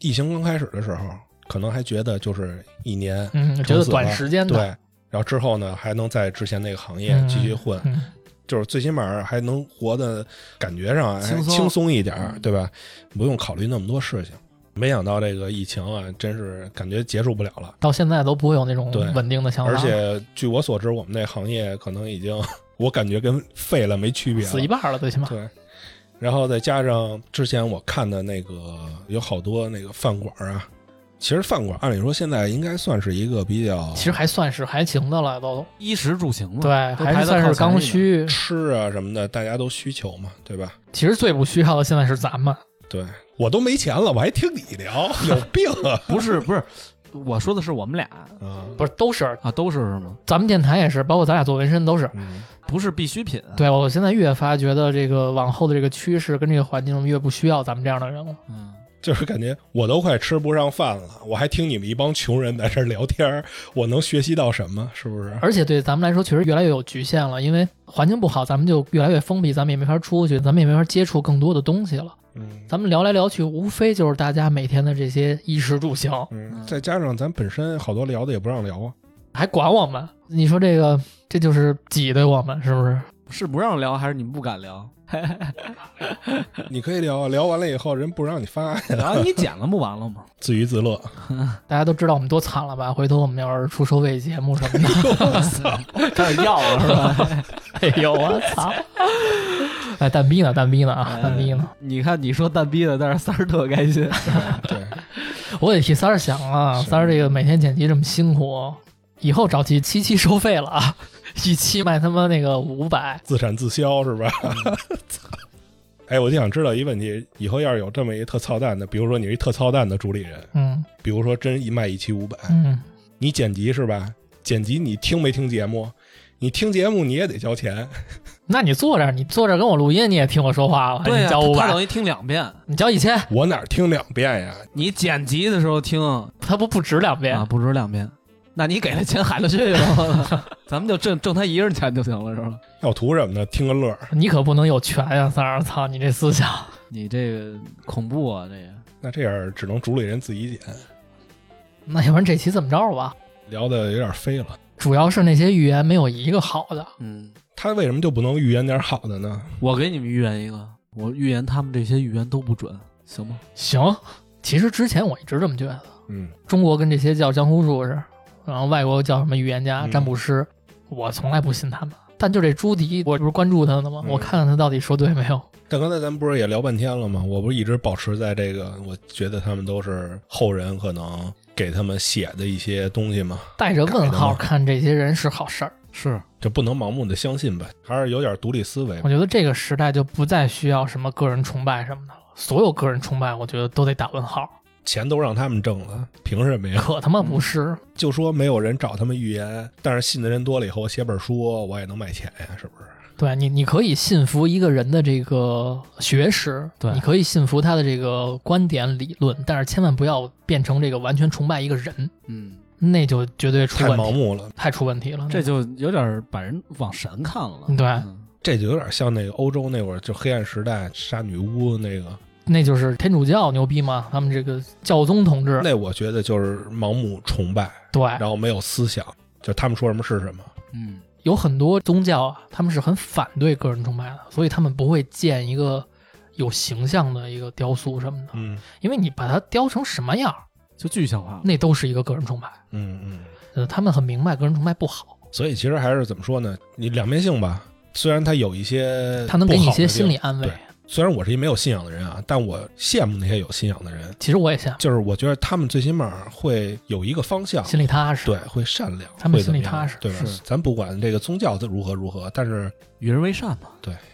Speaker 3: 疫情刚开始的时候，可能还觉得就是一年，
Speaker 1: 嗯，觉得短时间
Speaker 3: 啊对
Speaker 1: 的，。
Speaker 3: 然后之后呢，还能在之前那个行业继续混，
Speaker 1: 嗯，
Speaker 3: 就是最起码还能活的感觉上哎
Speaker 2: 轻松
Speaker 3: 轻松一点儿，
Speaker 1: 嗯
Speaker 3: 对吧？不用考虑那么多事情。没想到这个疫情啊，真是感觉结束不了了。
Speaker 1: 到现在都不会有那种
Speaker 3: 对
Speaker 1: 稳定的想法，
Speaker 3: 而且据我所知，我们那行业可能已经， 我感觉跟废了没区别了。
Speaker 1: 死一半了，最起码。
Speaker 3: 对，然后再加上之前我看的那个有好多那个饭馆啊，其实饭馆按理说现在应该算是一个比较
Speaker 1: 其实还算是还行的了，都
Speaker 2: 衣食住行嘛，
Speaker 1: 对，
Speaker 2: 都
Speaker 1: 还
Speaker 2: 排
Speaker 1: 是
Speaker 2: 得靠
Speaker 1: 算是
Speaker 2: 前一点
Speaker 1: 刚。需。
Speaker 3: 吃啊什么的，大家都需求嘛，对吧？
Speaker 1: 其实最不需要的现在是咱们，
Speaker 3: 对我都没钱了，我还听你 聊，有病啊！
Speaker 2: 不是不是，我说的是我们俩
Speaker 3: 啊，
Speaker 1: 不是都是
Speaker 2: 啊，都是是吗？
Speaker 1: 咱们电台也是，包括咱俩做纹身都是。
Speaker 3: 嗯，
Speaker 2: 不是必需品。，
Speaker 1: 对我现在越发觉得这个往后的这个趋势跟这个环境越不需要咱们这样的人了。
Speaker 2: 嗯，
Speaker 3: 就是感觉我都快吃不上饭了，我还听你们一帮穷人在这儿聊天儿，我能学习到什么？是不是？
Speaker 1: 而且对咱们来说，确实越来越有局限了，因为环境不好，咱们就越来越封闭，咱们也没法出去，咱们也没法接触更多的东西了。
Speaker 3: 嗯。
Speaker 1: 咱们聊来聊去，无非就是大家每天的这些衣食住行，
Speaker 3: 嗯，再加上咱本身好多聊的也不让聊啊，
Speaker 1: 还管我们？你说这个，这就是挤兑我们，是不是？
Speaker 2: 是不让聊还是你们不敢聊？
Speaker 3: 你可以聊啊，聊完了以后人不让你发，
Speaker 2: 然啊后你剪了不完了吗？
Speaker 3: 自娱自乐。
Speaker 1: 大家都知道我们多惨了吧？回头我们要是出收费节目什么的，
Speaker 2: 开始要了是吧？
Speaker 1: 哎呦我操！ 哎，蛋逼呢？蛋逼呢啊？
Speaker 2: 哎
Speaker 1: 蛋逼呢？
Speaker 2: 你看你说蛋逼的，但是三儿特开心。
Speaker 3: 对，
Speaker 1: 我得替三儿想啊，
Speaker 3: 是
Speaker 1: 三儿这个每天剪辑这么辛苦，以后找期七期收费了啊， 一期卖他妈那个五百，
Speaker 3: 自产自销是吧？ 哎，我就想知道一问题，以后要是有这么一特操蛋的，比如说你是一特操蛋的主理人，
Speaker 1: 嗯
Speaker 3: 比如说真一卖一期五百，
Speaker 1: 嗯，
Speaker 3: 你剪辑是吧？剪辑你听没听节目？你听节目你也得交钱，
Speaker 1: 那你坐这儿，你坐这儿跟我录音，你也听我说话了，
Speaker 2: 对
Speaker 1: 你
Speaker 2: 呀、
Speaker 1: 交五
Speaker 2: 他
Speaker 1: 百，
Speaker 2: 等于听两遍。
Speaker 1: 你交一千，
Speaker 3: 我哪听两遍呀？
Speaker 2: 你剪辑的时候听啊，
Speaker 1: 他不不止两遍。
Speaker 2: 不止两遍。那你给他钱海了去吧，咱们就挣挣他一人钱就行了，是吧？
Speaker 3: 要图什么呢？听个乐儿。
Speaker 1: 你可不能有权呀、三儿！操你这思想，
Speaker 2: 你这个恐怖啊，这个
Speaker 3: 那这样只能主理人自己剪，
Speaker 1: 那要不然这期这么着吧？
Speaker 3: 聊的有点飞了。
Speaker 1: 主要是那些预言没有一个好的，
Speaker 2: 嗯，
Speaker 3: 他为什么就不能预言点好的呢？
Speaker 2: 我给你们预言一个，我预言他们这些预言都不准，行吗？
Speaker 1: 行，其实之前我一直这么觉得，
Speaker 3: 嗯，
Speaker 1: 中国跟这些叫江湖术士，然后外国叫什么预言家、
Speaker 3: 嗯
Speaker 1: 占卜师，我从来不信他们。但就这朱迪，我不是关注他呢吗？
Speaker 3: 嗯
Speaker 1: 我看看他到底说对没有。
Speaker 3: 但刚才咱不是也聊半天了吗？我不是一直保持在这个，我觉得他们都是后人可能给他们写的一些东西嘛，
Speaker 1: 带着问
Speaker 3: 改了
Speaker 1: 号
Speaker 3: 吗
Speaker 1: 看这些人是好事儿。
Speaker 2: 是，
Speaker 3: 就不能盲目的相信吧，还是有点独立思维
Speaker 1: 我。觉得这个时代就不再需要什么个人崇拜什么的了，所有个人崇拜，我觉得都得打问号。
Speaker 3: 钱都让他们挣了，凭什么呀？
Speaker 1: 可他妈不是，
Speaker 3: 就说没有人找他们预言，但是信的人多了以后，我写本书我也能卖钱呀，是不是？
Speaker 1: 对你，你可以信服一个人的这个学识，
Speaker 2: 对
Speaker 1: 你可以信服他的这个观点理论，但是千万不要变成这个完全崇拜一个人，
Speaker 2: 嗯，
Speaker 1: 那就绝对出
Speaker 3: 太
Speaker 1: 问
Speaker 3: 盲
Speaker 1: 题，
Speaker 3: 目了，
Speaker 1: 太出问题了。
Speaker 2: 这就有点把人往神看了。
Speaker 1: 对
Speaker 2: 嗯
Speaker 3: 这就有点像那个欧洲那会儿就黑暗时代杀女巫那个，
Speaker 1: 那就是天主教牛逼嘛，他们这个教宗同志，
Speaker 3: 那我觉得就是盲目崇拜，
Speaker 1: 对，
Speaker 3: 然后没有思想，就他们说什么是什
Speaker 1: 啊
Speaker 3: 么。
Speaker 2: 嗯，
Speaker 1: 有很多宗教啊，他们是很反对个人崇拜的，所以他们不会建一个有形象的一个雕塑什么的，
Speaker 3: 嗯
Speaker 1: 因为你把它雕成什么样儿，
Speaker 2: 就具象化了。
Speaker 1: 那都是一个个人崇拜。
Speaker 3: 嗯嗯。
Speaker 1: 呃，他们很明白个人崇拜不好，
Speaker 3: 所以其实还是怎么说呢？你两面性吧，虽然它有一些
Speaker 1: 他能给你一
Speaker 3: 不好
Speaker 1: 些
Speaker 3: 的地方
Speaker 1: 心理。安慰
Speaker 3: 对。虽然我是一没有信仰的人啊，但我羡慕那些有信仰的人，
Speaker 1: 其实我也想
Speaker 3: 就是我觉得他们最起码会有一个方向，
Speaker 1: 心里踏实。
Speaker 3: 哦对，会善良，
Speaker 1: 他们
Speaker 3: 会怎么
Speaker 1: 心里踏
Speaker 3: 样
Speaker 1: 实
Speaker 3: 对吧
Speaker 2: 是？
Speaker 3: 咱不管这个宗教如何如何，但是
Speaker 2: 与人为善嘛，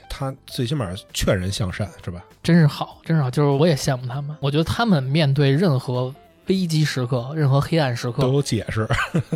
Speaker 3: 他最起码劝人向善，是吧？
Speaker 1: 真是好，真是好，就是我也羡慕他们。我觉得他们面对任何危机时刻、任何黑暗时
Speaker 3: 都
Speaker 1: 刻，
Speaker 3: 有解释，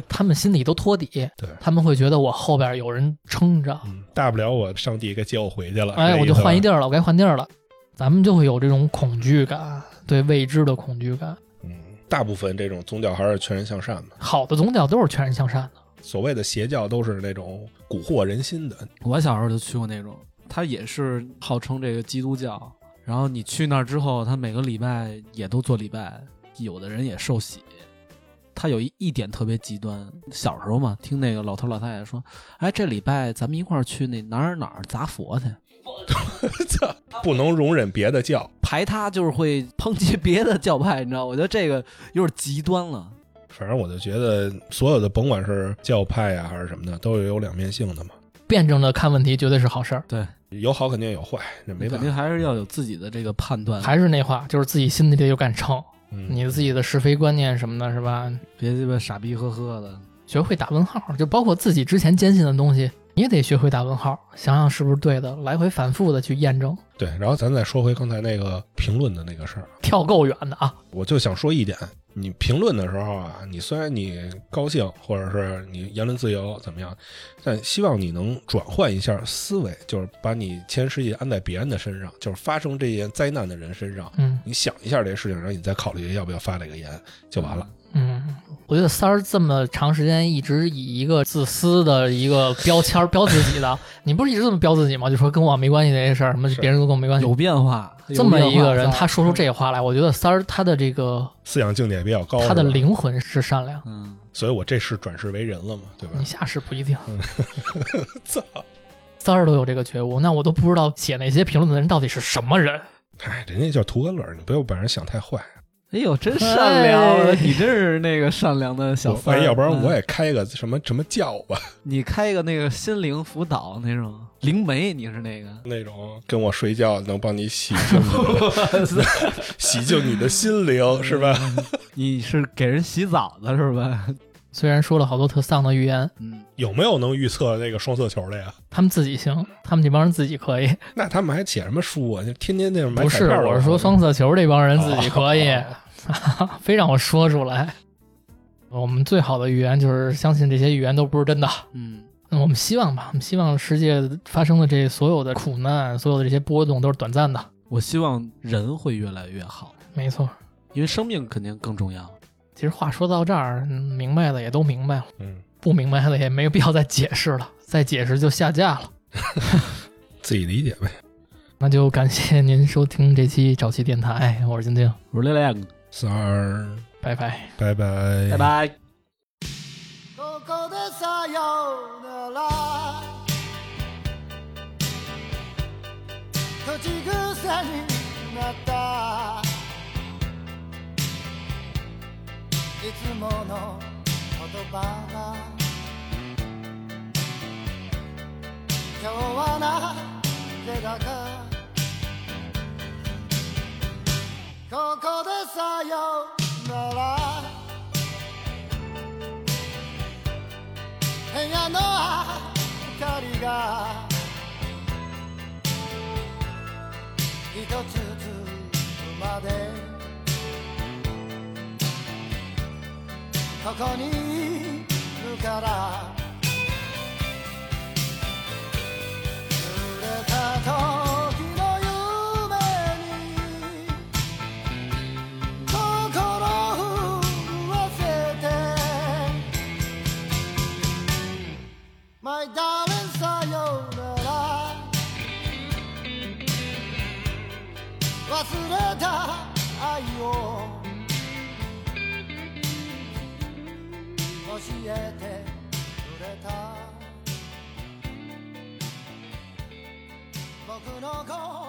Speaker 1: 他们心里都托底。
Speaker 3: 对
Speaker 1: 他们会觉得我后边有人撑着，
Speaker 3: 嗯，大不了我上帝给接我回去了，
Speaker 1: 啊哎，
Speaker 3: 这
Speaker 1: 我就
Speaker 3: 意思吧
Speaker 1: 换一地儿了，我该换地儿了。咱们就会有这种恐惧感，对未知的恐惧感。
Speaker 3: 嗯，大部分这种宗教还是劝人向善嘛，
Speaker 1: 好的宗教都是劝人向善的，
Speaker 3: 所谓的邪教都是那种蛊惑人心的，
Speaker 2: 我小时候就去过那种，他也是号称这个基督教。然后你去那儿之后，他每个礼拜也都做礼拜，有的人也受洗。他有一一点特别极端，小时候嘛，听那个老头老太太说：“哎，这礼拜咱们一块儿去那哪儿哪儿砸佛去。
Speaker 3: 操，不能容忍别的教。”
Speaker 2: 排他就是会抨击别的教派，你知道？我觉得这个有点极端了。
Speaker 3: 反正我就觉得，所有的甭管是教派呀、还是什么的，都是有两面性的嘛，
Speaker 1: 辩证的看问题绝对是好事儿。
Speaker 2: 对，
Speaker 3: 有好肯定有坏，那没办
Speaker 2: 肯
Speaker 3: 法
Speaker 2: 定。还是要有自己的这个判断，
Speaker 1: 还是那话，就是自己心里得有杆秤，
Speaker 3: 嗯
Speaker 1: 你自己的是非观念什么的，是吧？
Speaker 2: 别鸡巴傻逼呵呵的。
Speaker 1: 学会打问号，就包括自己之前坚信的东西，你也得学会打问号，想想是不是对的，来回反复的去验证。
Speaker 3: 对，然后咱再说回刚才那个评论的那个事儿。
Speaker 1: 跳够远的啊，
Speaker 3: 我就想说一点，你评论的时候啊，你虽然你高兴，或者是你言论自由怎么样，但希望你能转换一下思维，就是把你前世也安在别人的身上，就是发生这件灾难的人身上，
Speaker 1: 嗯
Speaker 3: 你想一下这事情，然后你再考虑要不要发这个言，就完了。
Speaker 1: 嗯，我觉得三儿这么长时间一直以一个自私的一个标签儿标自己的，你不是一直这么标自己吗？就说跟我没关系这些事儿，什么
Speaker 3: 是
Speaker 1: 别人都跟我没关系
Speaker 2: 有。变化，
Speaker 1: 哎这么一个人，
Speaker 2: 有变化
Speaker 1: 他说出这话来，我觉得三儿他的这个
Speaker 3: 思想境界比较高，
Speaker 1: 他的
Speaker 3: 是吧
Speaker 1: 灵魂是善良，
Speaker 2: 嗯，
Speaker 3: 所以我这世转世为人了嘛，对吧
Speaker 1: 你？下世不一定。
Speaker 2: 嗯
Speaker 3: 操！
Speaker 1: 三儿都有这个觉悟，那我都不知道写那些评论的人到底是什么人。
Speaker 3: 哎，人家就图个乐儿，你不要把人想太坏。
Speaker 2: 哎呦，真善良
Speaker 1: 哎！
Speaker 2: 你真是那个善良的小
Speaker 3: 我
Speaker 2: 三
Speaker 3: 发
Speaker 2: 儿，
Speaker 3: 现要不然我
Speaker 2: 嗯
Speaker 3: 也开个什么什么教吧，
Speaker 2: 你开个那个心灵辅导那种灵媒，你是那个
Speaker 3: 那种跟我睡觉能帮你洗净你的洗净你的心灵， 是吧？？
Speaker 2: 你是给人洗澡的是吧？
Speaker 1: 虽然说了好多特丧的预言，
Speaker 2: 嗯，
Speaker 3: 有没有能预测那个双色球的呀？
Speaker 1: 他们自己行，他们这帮人自己可以。
Speaker 3: 那他们还写什么书啊？就天天那种买
Speaker 1: 不
Speaker 3: 彩
Speaker 1: 是，
Speaker 3: 票的
Speaker 1: 我是说双色球这帮人自己可以，
Speaker 3: 哦
Speaker 1: 非让我说出来。我们最好的预言就是相信这些预言都不是真的。
Speaker 2: 嗯，
Speaker 1: 那我们希望吧，我们希望世界发生的这所有的苦难，所有的这些波动都是短暂的。
Speaker 2: 我希望人会越来越好，
Speaker 1: 没错，
Speaker 2: 因为生命肯定更重要。
Speaker 1: 其实话说到这儿，嗯明白的也都明白了，
Speaker 3: 嗯，
Speaker 1: 不明白的也没有必要再解释了，再解释就下架了。
Speaker 3: 自己理解呗。
Speaker 1: 那就感谢您收听这期早期电台，我是晶晶，
Speaker 2: 我是亮亮，
Speaker 3: 三儿，
Speaker 1: 拜拜。
Speaker 3: 拜拜，
Speaker 2: 拜。拜。
Speaker 5: ここでさようなら口癖になったいつもの言葉が今日はなぜだかここでさようなら部屋の明かりが一つずつまでここにいるから濡れた時の夢に心震わせて My darling さようなら忘れた愛を教えてくれた僕の声